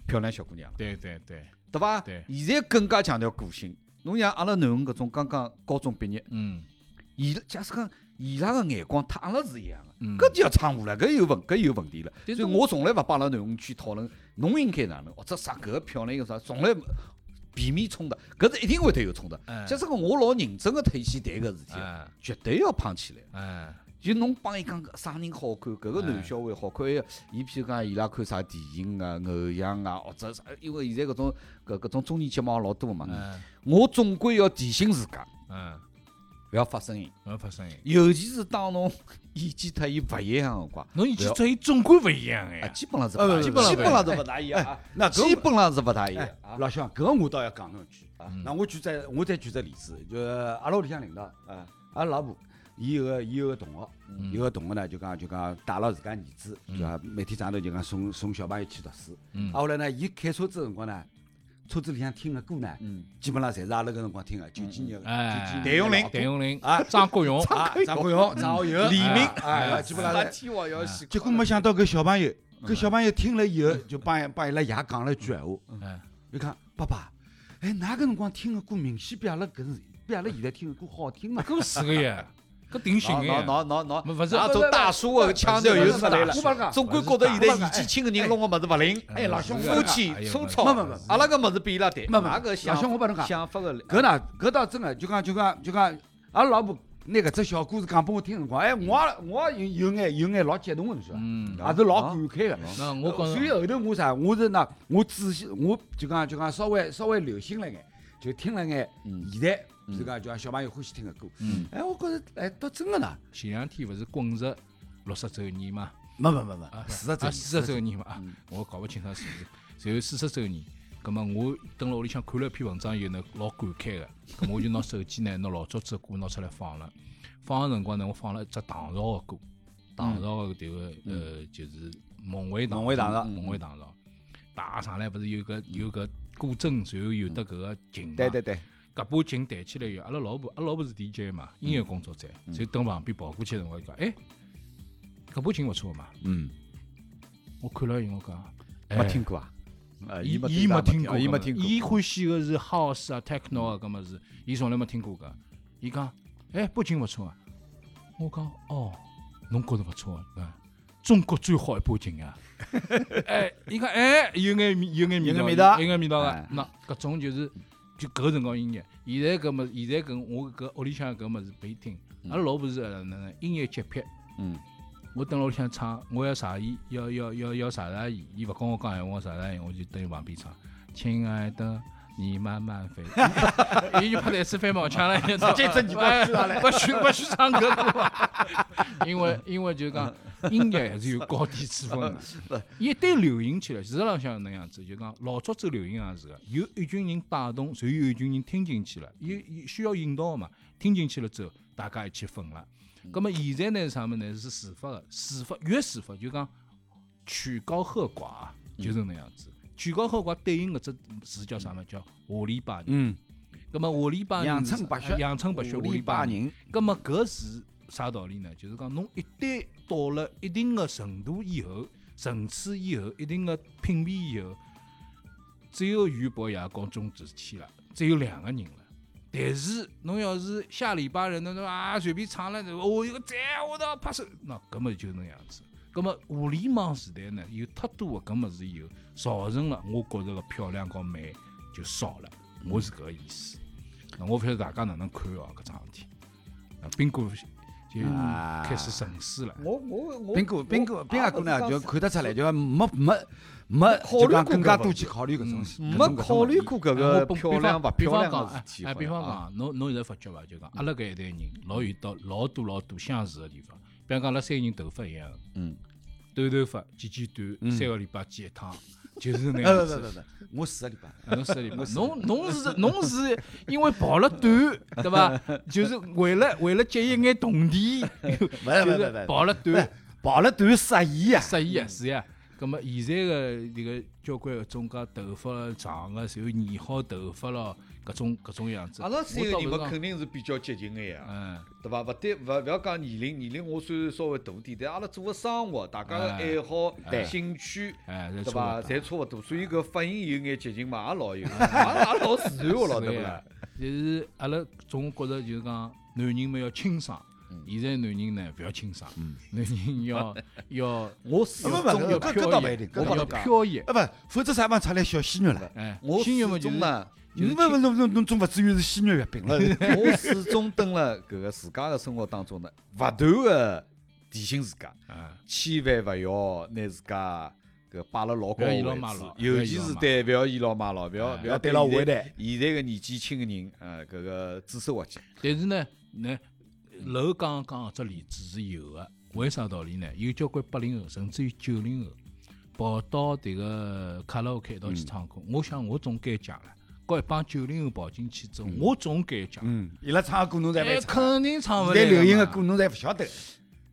Speaker 4: 漂亮小姑娘了，
Speaker 1: 对对对，
Speaker 4: 对伐？
Speaker 1: 对
Speaker 4: 现在更加强调个性。侬像阿拉囡恩搿种刚刚高中毕业，
Speaker 1: 嗯
Speaker 4: 伊拉假使讲伊拉个眼光，他阿拉是一样个，
Speaker 1: 嗯，
Speaker 4: 搿就要掺和了，搿有问，搿有问题了。所
Speaker 1: 但
Speaker 4: 以
Speaker 1: 是
Speaker 4: 我从来勿帮阿拉囡恩去讨论，侬应该哪能，或者啥搿个漂亮一个啥，从来避免冲突，搿是一定会得有冲突。
Speaker 1: 哎
Speaker 4: 假使讲我老认真个去去谈搿事体，
Speaker 1: 哎
Speaker 4: 绝对要胖起来。
Speaker 1: 哎
Speaker 4: 就侬帮伊讲搿啥人好看，搿个男小孩好看，哎呀，伊譬如讲伊拉看啥电影啊、偶像啊，或者啥，因为现在搿种搿搿种综艺节目也老多嘛。
Speaker 1: 哎
Speaker 4: 我总归要提醒自家，
Speaker 1: 嗯，
Speaker 4: 勿要发声音，
Speaker 1: 勿要发声音，
Speaker 4: 尤其是当侬 意见脱伊勿一样个辰光，
Speaker 1: 侬意见和伊总归勿一样个
Speaker 4: 啊，
Speaker 1: 呀。
Speaker 4: 基本上是
Speaker 3: 呃
Speaker 4: 勿
Speaker 3: 不
Speaker 4: 大一样
Speaker 3: 不不
Speaker 4: 基本上是勿大一样啊，
Speaker 3: 那搿
Speaker 4: 基本上是勿大一样
Speaker 3: 哎
Speaker 4: 啊。
Speaker 3: 老乡，搿个我倒要讲两句。那我举再我再举只例子，就是阿拉屋里向领导，
Speaker 4: 啊嗯
Speaker 3: 阿拉老婆，伊有个伊有个同学，有个同学呢就讲就讲带牢自家儿子，就讲每天早头就讲送送小朋友去读书。
Speaker 1: 嗯
Speaker 3: 啊后来呢，伊开车子的辰光呢，车子里向听个歌呢，
Speaker 4: 嗯，
Speaker 3: 基本上侪是阿拉搿辰光听个，九几年的，九几
Speaker 1: 哎，
Speaker 3: 年的老
Speaker 4: 谭咏麟
Speaker 3: 歌
Speaker 1: 谭咏麟
Speaker 3: 啊
Speaker 1: 张国荣，
Speaker 3: 啊，张国荣、张学友、
Speaker 4: 李
Speaker 3: 啊
Speaker 4: 明
Speaker 3: 啊，基本上是嗯
Speaker 4: 天王要死
Speaker 3: 结果没想到搿小朋友，搿小朋友听了以后，就帮伊帮伊拉爷讲了一句闲话，
Speaker 1: 哎
Speaker 3: 伊讲爸爸，哎，㑚搿辰光听个歌明显比阿拉搿是比阿拉现在听个歌好听啊嘛。
Speaker 1: 搿是个呀，搿定型
Speaker 4: 喏
Speaker 1: 个呀。
Speaker 4: 喏喏喏
Speaker 1: 勿
Speaker 4: 喏，
Speaker 1: 勿是
Speaker 4: 那种大叔个腔调又出来了
Speaker 3: 我帮你讲，
Speaker 4: 总归觉得现在年纪轻个人弄个物事勿灵。
Speaker 3: 哎老兄
Speaker 4: 肤浅粗糙，
Speaker 3: 没没没
Speaker 4: 阿拉个么子比伊拉淡，
Speaker 3: 没没
Speaker 4: 阿拉个
Speaker 3: 老兄我帮侬讲
Speaker 4: 想法个，
Speaker 3: 搿哪搿倒真个，就讲就讲就讲，阿拉老婆拿搿只小故事讲拨我听个辰光，哎，我也我也有有眼有眼老激动个，侬晓得伐？
Speaker 1: 嗯，
Speaker 3: 也是老感慨个。
Speaker 1: 那我讲
Speaker 3: 所以后头我啥，我是那我仔细，我就讲就讲稍微稍微留心了眼，就听了眼
Speaker 4: 嗯
Speaker 3: 现在，比如讲就讲小朋友欢喜听个歌，
Speaker 1: 嗯
Speaker 3: 哎，我觉着哎倒真个呢。
Speaker 1: 前两天勿是滚石六十周年嘛？
Speaker 3: 没没没没
Speaker 1: 啊，
Speaker 3: 四十
Speaker 1: 啊
Speaker 3: 周
Speaker 1: 四十周年嘛，啊我搞勿清爽数字。然后四十周年，葛末我蹲辣屋里向看了一篇文章以后呢，老感慨个，葛末我就拿手机呢，拿老早子个歌拿出来放了。放个辰光呢，我放了一只唐朝个歌，唐
Speaker 2: 嗯
Speaker 1: 朝个迭个呃，就是孟伟唐
Speaker 3: 孟伟唐朝
Speaker 1: 孟伟唐朝。打上来勿是有个有个古筝，然后有得搿个琴嘛？
Speaker 3: 啊
Speaker 4: 对，
Speaker 1: 搿把琴弹起来以后，阿拉老婆，阿拉老婆是 DJ 嘛，音乐工作者，所以等旁边跑过去的辰光，伊讲，哎，搿把琴勿错嘛。
Speaker 3: 嗯，
Speaker 1: 我看了以后，我讲，哎
Speaker 3: 没听，过啊。
Speaker 1: 伊伊没听
Speaker 2: 哎
Speaker 1: 过搿物事，
Speaker 4: 伊没听过。
Speaker 1: 伊欢喜个是 house 啊、techno 啊搿物事，伊从来没听过搿。伊讲，哎，把琴勿错啊。我讲，哦，侬觉着勿错啊？嗯中国最好一把琴啊！哎，伊讲，哎，有眼味有眼
Speaker 3: 有眼
Speaker 1: 味
Speaker 3: 味
Speaker 1: 道，
Speaker 3: 道
Speaker 1: 有眼味道个
Speaker 3: 哎。
Speaker 1: 那搿种就是就搿辰光音乐，现在搿物，现在搿我搿屋里向搿物事拨伊听，阿拉老婆是呃哪能音乐洁癖，
Speaker 4: 嗯，
Speaker 1: 我等屋里向唱，我要查伊，要要要要查查伊，伊勿跟我讲闲话，我查查伊，我就蹲伊旁边唱，亲爱的。你慢慢飞，伊就拍台词翻毛腔了，这次你不许了，不许不许唱歌了， 因为因为就是讲音乐还是有高低之分 的，一旦流行起来，事实浪向能样子，就讲老早子流行也是个，有一群人带动，然后有一群人听进去了，有有需要引导嘛，听进去了之后，大家一起分了。
Speaker 3: 嗯
Speaker 1: 咁么现在呢是啥么呢？是自发的，自发越自发，就讲曲高和寡啊，就是那样子。
Speaker 3: 嗯
Speaker 1: 曲高和寡对应个只词叫啥么？叫下里巴人。
Speaker 3: 嗯，
Speaker 1: 咁么下里巴人
Speaker 3: 阳
Speaker 1: 是
Speaker 3: 春白
Speaker 1: 啥
Speaker 3: 雪
Speaker 1: 阳春白雪，下里巴人。
Speaker 3: 人，
Speaker 1: 咁么搿是啥道理呢？就是讲侬一旦到了一定的程度以后，层次以后，一定的品味以后，只有俞伯牙和钟子期了，只有两个人了。但是侬要是下里巴人，侬侬啊随便唱了，我一个再我都拍手，那根本就那样子。咁么互联网时代呢，有太多的搿物事以后，造成了我觉着个漂亮和美就少了，我是搿个意思。那我勿晓得大家哪能看哦搿桩事体。啊，宾哥就
Speaker 3: 啊
Speaker 1: 开始沉思了。
Speaker 4: 我我我啊
Speaker 3: 斌哥，斌哥，斌阿哥呢，就
Speaker 4: 考
Speaker 3: 看得出来，就没没没，
Speaker 4: 考
Speaker 3: 就
Speaker 4: 虑过
Speaker 3: 讲更加
Speaker 4: 搿个
Speaker 3: 多去考虑
Speaker 4: 嗯
Speaker 3: 搿种事，搿
Speaker 4: 没
Speaker 3: 种
Speaker 4: 考虑。过搿
Speaker 1: 哎我
Speaker 4: 个
Speaker 1: 比
Speaker 4: 漂亮勿
Speaker 1: 比
Speaker 4: 漂
Speaker 1: 方
Speaker 4: 亮
Speaker 1: 讲
Speaker 4: 个事体。
Speaker 1: 哎，比方
Speaker 4: 好像啊，
Speaker 1: 讲，侬侬现在发觉伐？就讲阿拉搿一代人老有到老多老多相似的地方，比方讲阿拉三个人头发一样，
Speaker 4: 嗯，
Speaker 1: 短头发剪剪短，三个礼拜剪一趟，就是那
Speaker 3: 搿种
Speaker 1: 样
Speaker 3: 问题
Speaker 1: 子
Speaker 3: 哎，。勿勿勿勿，我四个礼拜。
Speaker 1: 啊侬是礼拜，侬侬是侬是因为跑了短，对伐？就是为了为了接一眼铜钿，就是跑了短。
Speaker 3: 跑了段适宜啊！
Speaker 1: 适意啊，是呀。咁么啊现在个迭个交关个种介头发长个，然后染好头发咯，搿种搿种样子。
Speaker 4: 阿拉三个
Speaker 1: 我倒勿是
Speaker 4: 人嘛，
Speaker 1: 讲
Speaker 4: 肯定是比较接近个呀，
Speaker 1: 嗯，
Speaker 4: 对伐？勿对，勿勿要讲年龄，年龄我虽然稍微大点，但阿拉做个生活，大家个爱好、兴趣，
Speaker 1: 哎，
Speaker 4: 对
Speaker 1: 侪
Speaker 4: 伐？
Speaker 1: 差勿多
Speaker 4: 侪差勿多，所以搿发音有眼接近嘛，也老 有，也也老自
Speaker 1: 是
Speaker 4: 然个咯，
Speaker 1: 个
Speaker 4: 对勿
Speaker 1: 呀
Speaker 4: 啦？？
Speaker 1: 就是阿拉总觉着就是讲男人嘛要清爽
Speaker 4: 嗯，
Speaker 1: 现在男人呢勿要清爽，男人要 要
Speaker 4: 我始
Speaker 3: 啊不不
Speaker 4: 终
Speaker 3: 搿
Speaker 1: 要
Speaker 3: 搿
Speaker 1: 飘
Speaker 3: 倒勿一定
Speaker 1: 逸，
Speaker 3: 搿
Speaker 1: 我
Speaker 3: 倒
Speaker 1: 要
Speaker 4: 勿讲
Speaker 1: 飘逸。
Speaker 3: 啊不，否则啥办法出来小鲜肉了？
Speaker 1: 哎，
Speaker 4: 我
Speaker 1: 新月嘛
Speaker 4: 始
Speaker 1: 就是
Speaker 4: 终呢，
Speaker 1: 就是
Speaker 3: 侬勿勿侬侬侬总勿至于是鲜肉月饼了？
Speaker 4: 我始终蹲辣搿个自家个生活当中呢，勿断个提醒自家，
Speaker 1: 啊，
Speaker 4: 千万勿要拿自家搿摆辣老高
Speaker 1: 不要
Speaker 4: 个
Speaker 1: 倚
Speaker 4: 位
Speaker 1: 老卖
Speaker 4: 置
Speaker 1: 老，
Speaker 4: 尤其是对勿要倚老卖老，勿要
Speaker 1: 哎
Speaker 4: 勿要
Speaker 3: 对牢下一代
Speaker 4: 现在个年纪轻个人，呃，搿个指手画脚，
Speaker 1: 但是呢，那楼刚刚搿只例子是有的，为啥道理呢？有交关八零后，甚至于九零后，跑到迭个卡拉 OK 一道去唱歌。
Speaker 4: 嗯
Speaker 1: 我想我总该讲了，和一帮九零后跑进去之后，我总该讲，
Speaker 3: 嗯，伊拉唱个歌侬侪
Speaker 1: 哎，
Speaker 3: 没唱，
Speaker 1: 肯定唱勿
Speaker 3: 现在
Speaker 1: 来的嘛。
Speaker 3: 流行个歌侬侪勿晓得。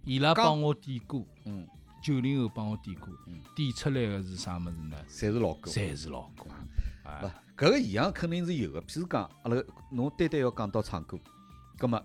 Speaker 1: 伊拉帮我点歌，
Speaker 4: 嗯，
Speaker 1: 九零后帮我点歌
Speaker 4: 嗯，
Speaker 1: 点出来个是啥物事呢？
Speaker 4: 侪是老高。
Speaker 1: 侪是老歌。
Speaker 4: 勿，搿个现象肯定是有个。譬如讲，阿拉侬单单要讲到唱歌，葛末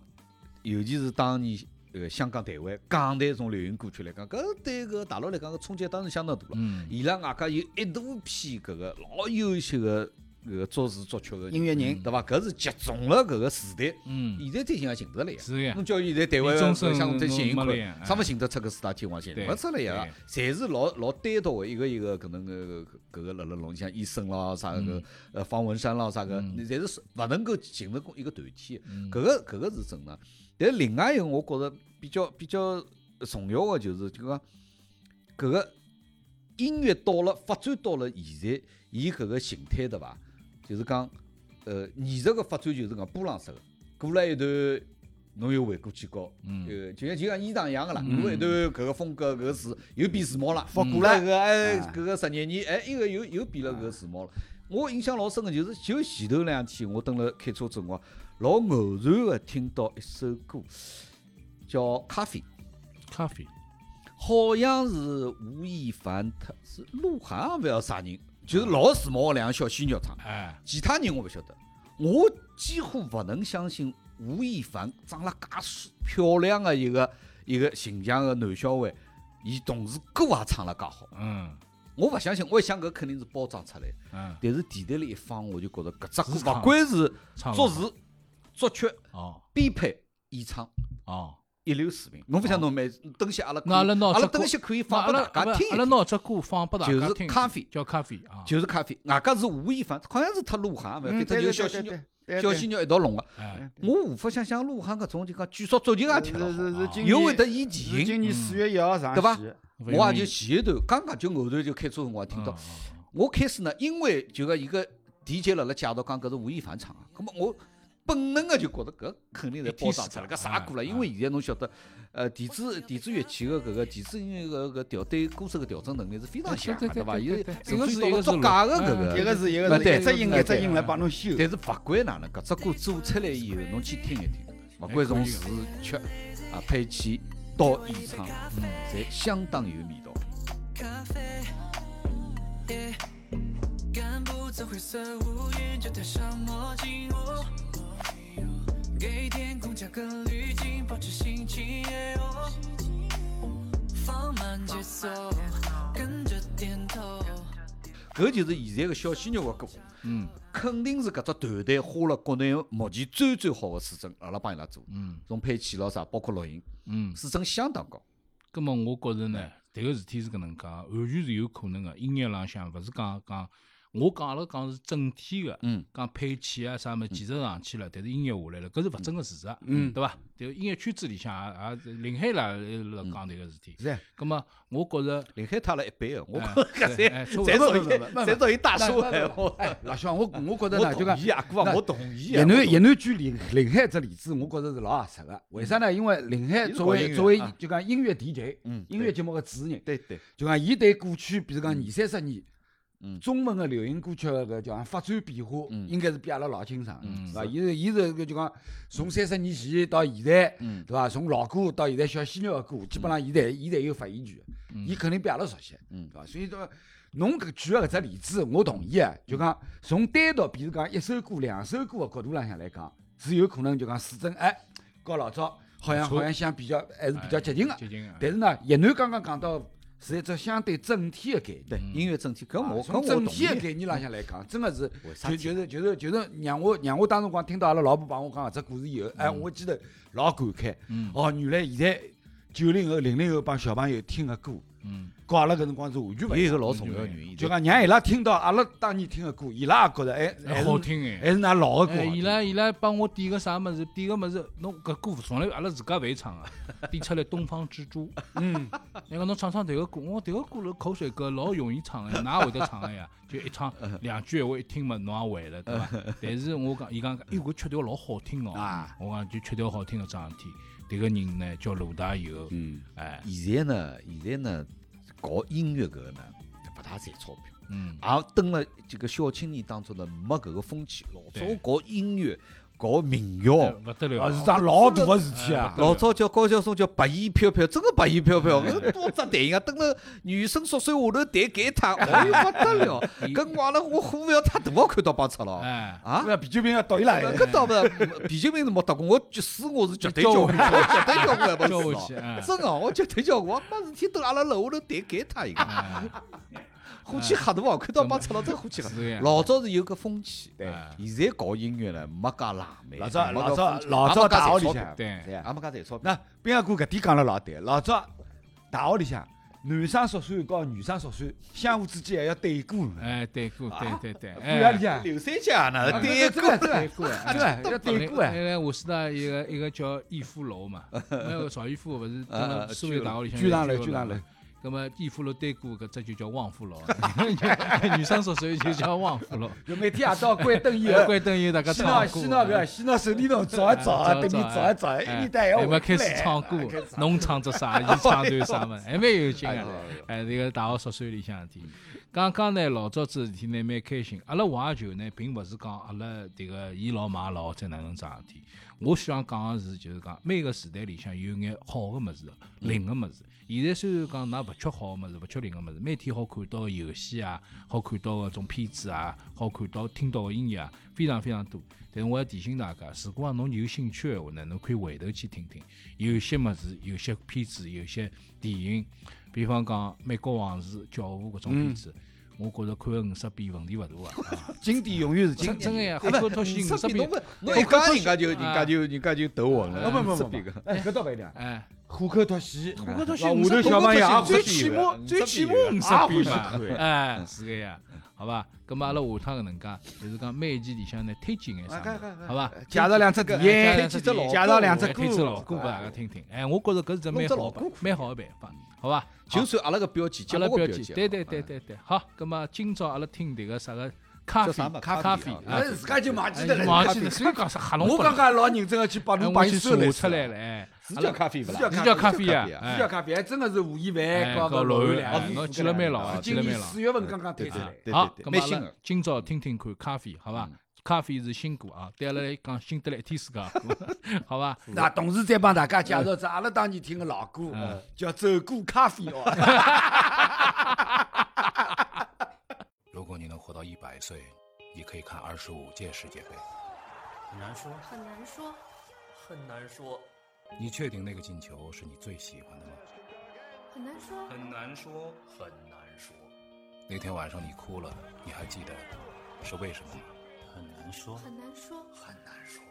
Speaker 4: 尤其是当年呃香港、台湾港台种流行歌曲来讲，搿对搿大陆来讲，搿冲击当然相当大了。
Speaker 1: 嗯，
Speaker 4: 伊拉外加有一大批搿个老优秀个搿个作词作曲个
Speaker 3: 音乐人
Speaker 4: 对伐？搿是集中了搿个时代。
Speaker 1: 嗯，
Speaker 4: 现在听也寻勿着了呀。
Speaker 1: 是呀
Speaker 4: 侬，叫现在台湾
Speaker 1: 李宗盛
Speaker 4: 像这
Speaker 1: 侬
Speaker 4: 新
Speaker 1: 没
Speaker 4: 一
Speaker 1: 了
Speaker 4: 块
Speaker 1: 呀，
Speaker 4: 啥么寻得出个四大天王寻
Speaker 1: 对
Speaker 4: 勿出来呀
Speaker 1: 对，
Speaker 4: 侪是老老单独个一个一个搿能个搿个辣辣龙像医生咯啥个呃方文山咯啥个，
Speaker 1: 嗯
Speaker 4: 侪是勿能够形成一个团体，
Speaker 1: 嗯
Speaker 4: 搿个搿个是真个。但另外一个我觉着比较比较重要个就是就讲搿个音乐到了发展到了现在，伊搿个形态对伐？就是讲呃艺术个发展就是讲波浪式个，过了一段侬又回过去搞。
Speaker 1: 嗯，
Speaker 4: 呃，就像就像衣裳一样个啦，
Speaker 1: 嗯
Speaker 4: 过一段搿个风格搿个字又变时髦了，
Speaker 3: 复古
Speaker 4: 了
Speaker 3: 了
Speaker 4: 搿个哎
Speaker 3: 啊
Speaker 4: 搿个十廿年哎，一个又又变了搿个时髦了。我印象老深个就是，就前头两天我蹲辣开车子辰光，老偶然个听到一首歌叫《咖啡》，
Speaker 1: 咖啡，
Speaker 4: 好像是吴亦凡，他是鹿晗啊，勿晓得啥人，就是老时髦个两个小鲜肉唱。
Speaker 1: 哎，
Speaker 4: 其他人我勿晓得，我几乎勿能相信吴亦凡长了介帅漂亮的一个一个形象的男小孩，伊同时歌也唱了介好，
Speaker 1: 嗯
Speaker 4: 我勿相信，我一想搿肯定是包装出来的。
Speaker 1: 嗯，
Speaker 4: 但是电台里一放，我就觉着搿只
Speaker 1: 是
Speaker 4: 歌
Speaker 1: 唱
Speaker 4: 勿管是
Speaker 1: 唱
Speaker 4: 作
Speaker 1: 了
Speaker 4: 词、作曲、
Speaker 1: 哦
Speaker 4: 编配、演唱。
Speaker 1: 哦。
Speaker 4: 一流水平，侬勿想侬每等歇阿拉可以，
Speaker 1: 那阿拉拿
Speaker 4: 阿
Speaker 1: 只
Speaker 4: 拉
Speaker 1: 歌
Speaker 4: 等歇可以
Speaker 1: 那
Speaker 4: 放
Speaker 1: 阿
Speaker 4: 拨
Speaker 1: 拉
Speaker 4: 大
Speaker 1: 啊不
Speaker 4: 家听一
Speaker 1: 阿拉
Speaker 4: 听，
Speaker 1: 拿只歌放拨大
Speaker 4: 就
Speaker 1: 家
Speaker 4: 是
Speaker 1: 听一听，
Speaker 4: 咖啡
Speaker 1: 叫咖啡啊，
Speaker 4: 就是咖啡，外加是吴亦凡，好像是他鹿晗，反正就是小鲜肉，
Speaker 3: 对
Speaker 4: 小鲜肉一道弄个。
Speaker 1: 哎，
Speaker 4: 我无法想象鹿晗搿种就讲，据说足球也踢了啊
Speaker 3: 是是
Speaker 4: 好，
Speaker 3: 是今
Speaker 4: 又会
Speaker 3: 年
Speaker 4: 得演电
Speaker 3: 是
Speaker 4: 影。
Speaker 3: 今年四月一号上
Speaker 4: 对吧
Speaker 3: 线
Speaker 1: 不
Speaker 4: 我
Speaker 1: 容
Speaker 4: 也就
Speaker 1: 易
Speaker 4: 前一段，刚刚就偶然就开车辰光听到，我开始呢，因为就讲一个 DJ 辣辣介绍讲搿是吴亦凡唱个，葛末我本能个就觉得搿肯定是包装出来搿啥歌了，因为现在侬晓得，呃，电子电子乐器个搿个电子音乐个搿调对歌手个调整能力是非常强个，对伐？伊
Speaker 1: 一个是一
Speaker 4: 一个
Speaker 1: 个是
Speaker 4: 作假个搿
Speaker 1: 嗯
Speaker 3: 一
Speaker 4: 个。
Speaker 3: 个是一
Speaker 4: 啊
Speaker 3: 个是
Speaker 4: 对
Speaker 3: 一只音
Speaker 4: 对
Speaker 3: 一只音来帮侬修。
Speaker 4: 但是勿管哪能，搿只歌做出来以后，侬去听一听，
Speaker 1: 哎
Speaker 4: 勿管从词曲啊配器到演唱，
Speaker 1: 嗯
Speaker 4: 侪相当有味道。
Speaker 5: 咖啡，耶赶不走灰色乌云，就戴上墨镜。哦给天空加个滤镜，保持心情。耶哦放慢节奏，跟着点头。
Speaker 4: 搿就是现在个小鲜肉个歌，
Speaker 1: 嗯
Speaker 4: 肯定是搿只团队花了国内目前最最好个水准，阿拉帮伊拉做，
Speaker 1: 嗯
Speaker 4: 从配器咯啥，包括录音，
Speaker 1: 嗯，
Speaker 4: 水准相当高。
Speaker 1: 葛么我觉着
Speaker 4: 嗯
Speaker 1: 呢，迭个事体是搿能介，完全是有可能个。音乐浪向勿是讲讲，我讲阿拉讲是整体个，
Speaker 4: 嗯，
Speaker 1: 讲配器啊啥物事技术上去了，但是音乐下来了，搿是勿争个事实，啊
Speaker 3: 嗯
Speaker 1: 对伐？就音乐圈子里向也也是林海啦也辣讲迭个事体，
Speaker 3: 是，啊
Speaker 1: 葛么我觉着，
Speaker 4: 林海他了一般个，我
Speaker 1: 哎
Speaker 4: 觉搿
Speaker 1: 对哎
Speaker 4: 才
Speaker 1: 差不
Speaker 4: 才
Speaker 3: 多
Speaker 4: 属 于
Speaker 3: 不不不不
Speaker 4: 才属于大叔
Speaker 3: 不不
Speaker 4: 哎，我
Speaker 3: 老兄，我我觉得
Speaker 4: 我
Speaker 3: 呢，就
Speaker 4: 同
Speaker 3: 讲
Speaker 4: 意啊，哥啊，
Speaker 3: 那
Speaker 4: 我同意啊。
Speaker 3: 越
Speaker 4: 我
Speaker 3: 南
Speaker 4: 同意
Speaker 3: 越南举林林海这例子，我觉着是老合适个。为啥呢？因为林海
Speaker 4: 嗯伊是
Speaker 3: 作
Speaker 4: 搞
Speaker 3: 为
Speaker 4: 音乐
Speaker 3: 作为
Speaker 4: 啊
Speaker 3: 就讲音乐 DJ，
Speaker 4: 嗯
Speaker 3: 音乐节目个主持人，
Speaker 4: 对对，
Speaker 3: 就讲伊对过去，比如讲二三十年
Speaker 4: 嗯
Speaker 3: 中文个流行歌曲个搿叫啥发展变化，
Speaker 4: 嗯
Speaker 3: 应该是比阿拉老清爽
Speaker 4: 嗯
Speaker 3: 个，是伐？伊是伊是搿就讲从三十年前到现在，
Speaker 4: 嗯
Speaker 3: 对伐？从老歌到现在小鲜肉个歌，基本上现在现在有发言权，伊肯定比阿拉熟悉，
Speaker 4: 嗯
Speaker 3: 对伐？所以说，侬搿举个搿只例子，我同意个，就讲从单独，比如讲一首歌、两首歌个角度浪向来讲，是有可能就讲水准哎，和老早好像
Speaker 1: 不错
Speaker 3: 好像相比较还是比较接近个。
Speaker 1: 接近啊。
Speaker 3: 但是呢，叶楠刚刚讲到是一只相对整体的概念。
Speaker 4: 对，音乐整体，搿
Speaker 3: 啊
Speaker 4: 我搿
Speaker 3: 从
Speaker 4: 我同
Speaker 3: 整体的
Speaker 4: 意。
Speaker 3: 概念浪向来 讲，真的是
Speaker 4: 为啥
Speaker 3: 就就是就是就是让我让我当辰光听到阿拉老婆帮我讲搿只故事以后，
Speaker 4: 嗯
Speaker 3: 哎，我记得老感慨。
Speaker 1: 嗯
Speaker 3: 哦，原来现在九零后、零零后帮小朋友听的歌，
Speaker 1: 嗯，
Speaker 3: 和阿拉搿辰光是完全勿
Speaker 4: 也
Speaker 3: 一
Speaker 4: 有一
Speaker 3: 样。
Speaker 4: 个老重要的原因，
Speaker 3: 就讲让伊拉听到阿拉当年听的歌，伊拉也觉着哎
Speaker 1: 还
Speaker 3: 还
Speaker 1: 好
Speaker 3: 是
Speaker 1: 听哎。
Speaker 3: 还是㑚老的歌
Speaker 1: 哎，
Speaker 3: 好听。
Speaker 1: 伊拉伊拉帮我点个啥物事？点个物事，侬搿歌从来阿拉自家勿会唱 个，点出来《东方之珠》。
Speaker 3: 嗯，
Speaker 1: 人家侬唱唱迭个歌，我迭个歌是口水歌，老容易唱个，哪会得唱 个呀？就一唱两句闲话，一听嘛，侬也会了，对伐？但是我讲，伊讲，哎呦，搿曲调老好听哦。
Speaker 3: 啊
Speaker 1: 我讲就曲调好听个桩事体，迭个人呢叫鲁大以后，
Speaker 3: 嗯
Speaker 1: 哎，
Speaker 4: 现在呢，现在呢，搞音乐搿个呢，勿大赚钞票。
Speaker 1: 嗯，
Speaker 4: 也登了这个小青年当中呢，没搿个风气。老早
Speaker 1: 对
Speaker 4: 搞音乐，搞民谣，
Speaker 1: 哎勿得了
Speaker 3: 啊，是桩老大的事体
Speaker 1: 哎
Speaker 3: 啊。
Speaker 4: 老早叫高晓松叫白衣飘飘，真个白衣飘飘，搿多扎台啊！登了女生宿舍下头弹 吉他，哎呦不得了！搿我阿拉我火不要太大，我看到帮出了
Speaker 1: 哎，
Speaker 4: 啊！
Speaker 3: 那啤酒瓶要倒伊拉。
Speaker 4: 搿倒勿，啤酒瓶是没得过，我就死我是绝对交关，绝对交关
Speaker 1: 叫
Speaker 4: 不
Speaker 1: 回
Speaker 4: 死
Speaker 1: 去，
Speaker 4: 了。
Speaker 1: 哎，
Speaker 4: 真个，我绝对交关，我没事体蹲阿拉楼下头弹吉他一个，火气吓大哦！看到帮出了，真火气吓大。
Speaker 1: 是个呀，
Speaker 4: 老早是有个风气，
Speaker 3: 对
Speaker 4: 现在搞音乐呢没介浪漫，
Speaker 3: 老早
Speaker 4: 没
Speaker 3: 老
Speaker 4: 介
Speaker 3: 早
Speaker 4: 风气
Speaker 3: 老早大学里，
Speaker 4: 也
Speaker 3: 向，
Speaker 1: 对
Speaker 3: 是呀
Speaker 4: 没介赚钞票
Speaker 3: 那斌阿哥搿点讲了老对，老早大学里向男生宿舍和女生宿舍相互之间还要对歌呢，
Speaker 1: 哎，对过，
Speaker 4: 啊
Speaker 1: 对对对，
Speaker 3: 半夜
Speaker 1: 哎
Speaker 3: 里。向
Speaker 4: 也没介赚钞票。刘三姐呢，
Speaker 3: 啊
Speaker 4: 对
Speaker 3: 真的真
Speaker 1: 对
Speaker 3: 的
Speaker 1: 过，哎
Speaker 3: 真的要对歌
Speaker 1: 那
Speaker 3: 哎，
Speaker 1: 个华师大一个一个叫逸夫楼嘛，那个邵逸夫勿是蹲了苏州大学里向
Speaker 3: 居上楼
Speaker 1: 有
Speaker 3: 居上楼，
Speaker 1: 那么逸夫楼对过搿只就叫旺夫楼，女生宿舍就叫旺夫楼。
Speaker 3: 就每天夜到关灯以后
Speaker 1: 要。关灯以后大家
Speaker 3: 洗脑
Speaker 1: 唱
Speaker 3: 洗
Speaker 1: 歌
Speaker 3: 脑不要，，洗脑手电筒照一照啊，
Speaker 1: 哎
Speaker 3: 对面照一照，一
Speaker 1: 哎
Speaker 3: 年代还要
Speaker 1: 哎
Speaker 3: 回
Speaker 1: 嘛开始唱歌，侬唱只啥，伊唱段啥么，还蛮有劲个。哎，这个大学宿舍里向的事体，刚刚呢老早子事体呢蛮开心。阿拉怀旧呢，并勿是讲阿拉迭个倚老卖老或者哪能桩事体。我想讲个是，就是讲每个时代里向有眼好个物事，灵个物事。现在虽然讲㑚勿缺好个物事，勿缺灵个物事，每天好看到个游戏啊，好看到个种片子啊，好看到听到个音乐啊，非常非常多。但是我要提醒大家，如果讲侬有兴趣个话呢，侬可以回头去听听，有些物事，有些片子，有些电影，比方讲《美国往事》《教父》搿种片子。我觉着看个五十遍问题勿大啊，
Speaker 3: 经典永远是经
Speaker 1: 真真个
Speaker 3: 典。
Speaker 1: 呀，好看套戏五
Speaker 4: 五
Speaker 1: 十
Speaker 4: 十遍
Speaker 1: 遍
Speaker 4: 侬，侬一讲人家就人家就人家就头昏了。
Speaker 3: 啊不不不不
Speaker 4: 五十遍个，，
Speaker 3: 哎，搿倒勿一定。
Speaker 1: 哎，
Speaker 3: 虎口脱戏，虎
Speaker 1: 口脱戏
Speaker 3: 下
Speaker 1: 五十
Speaker 3: 头小朋友也
Speaker 1: 最
Speaker 3: 欢喜
Speaker 1: 起码
Speaker 4: 嗯
Speaker 1: 最起码五十
Speaker 3: 也欢
Speaker 1: 遍嘛
Speaker 3: 喜看，
Speaker 1: 哎，是个呀，好吧，葛末阿拉下趟搿能介，就是讲每一期里向呢推荐眼啥物事，好吧，
Speaker 3: 介绍两只电
Speaker 1: 哎
Speaker 3: 影，
Speaker 1: 介绍两只
Speaker 3: 介绍两只
Speaker 1: 哎
Speaker 3: 歌，
Speaker 1: 推荐老歌拨大家听听，哎，我觉着搿是只蛮
Speaker 4: 弄只
Speaker 1: 好
Speaker 4: 老
Speaker 1: 的
Speaker 4: 歌
Speaker 1: 蛮好的办法，好吧，
Speaker 4: 就算阿拉个标记，节
Speaker 1: 阿拉
Speaker 4: 目个
Speaker 1: 标啊哎
Speaker 4: 标
Speaker 1: 记，
Speaker 4: 记，
Speaker 1: 对对对对对，好，葛末今朝阿拉听迭个啥个咖啡
Speaker 4: 叫啥嘛
Speaker 1: 咖
Speaker 4: 咖
Speaker 1: 啡
Speaker 4: 啡，
Speaker 1: 啊
Speaker 3: 哎，自家就忘记得
Speaker 1: 哎
Speaker 3: 了。
Speaker 1: 忘记了，谁讲啥哈龙
Speaker 3: 哎我
Speaker 1: 不
Speaker 3: 刚
Speaker 1: 能？
Speaker 3: 刚老认真的去帮
Speaker 1: 哎
Speaker 3: 侬
Speaker 1: 我
Speaker 3: 把
Speaker 1: 去
Speaker 3: 伊
Speaker 1: 查
Speaker 3: 搜来
Speaker 1: 出来了，哎，
Speaker 4: 是叫咖啡勿啦
Speaker 3: 是？
Speaker 1: 是叫咖啡
Speaker 4: 呀
Speaker 1: 呀，
Speaker 3: 是
Speaker 1: 哎
Speaker 3: 叫咖啡，还真的是吴亦凡
Speaker 1: 哎
Speaker 3: 搞
Speaker 1: 搞
Speaker 3: 个
Speaker 1: 老
Speaker 3: 老
Speaker 1: 友
Speaker 3: 友
Speaker 1: 啊
Speaker 3: 两，
Speaker 1: 侬记了蛮牢啊，记
Speaker 3: 今
Speaker 1: 了蛮
Speaker 3: 年
Speaker 1: 牢啊。
Speaker 3: 四月份刚刚推出
Speaker 1: 啊
Speaker 3: 来。
Speaker 1: 好，咁
Speaker 4: 蛮
Speaker 1: 阿
Speaker 4: 新
Speaker 1: 拉
Speaker 4: 的
Speaker 1: 今朝听听看咖啡，好吧？咖啡是新歌啊，对阿拉来讲新得来一天自家， 好吧？
Speaker 3: 那同时再帮大家介绍只阿拉当年听的老歌，
Speaker 1: 嗯
Speaker 3: 叫《走过咖啡》哦。
Speaker 2: 如果你能活到一百岁，你可以看二十五届世界杯。
Speaker 6: 很难说，
Speaker 7: 很难说，
Speaker 6: 很难说，
Speaker 2: 你确定那个进球是你最喜欢的吗？
Speaker 7: 很难说，
Speaker 6: 很难说，很难说，
Speaker 2: 那天晚上你哭了，你还记得是为什么吗？
Speaker 6: 很难说，
Speaker 7: 很难说，
Speaker 6: 很难说。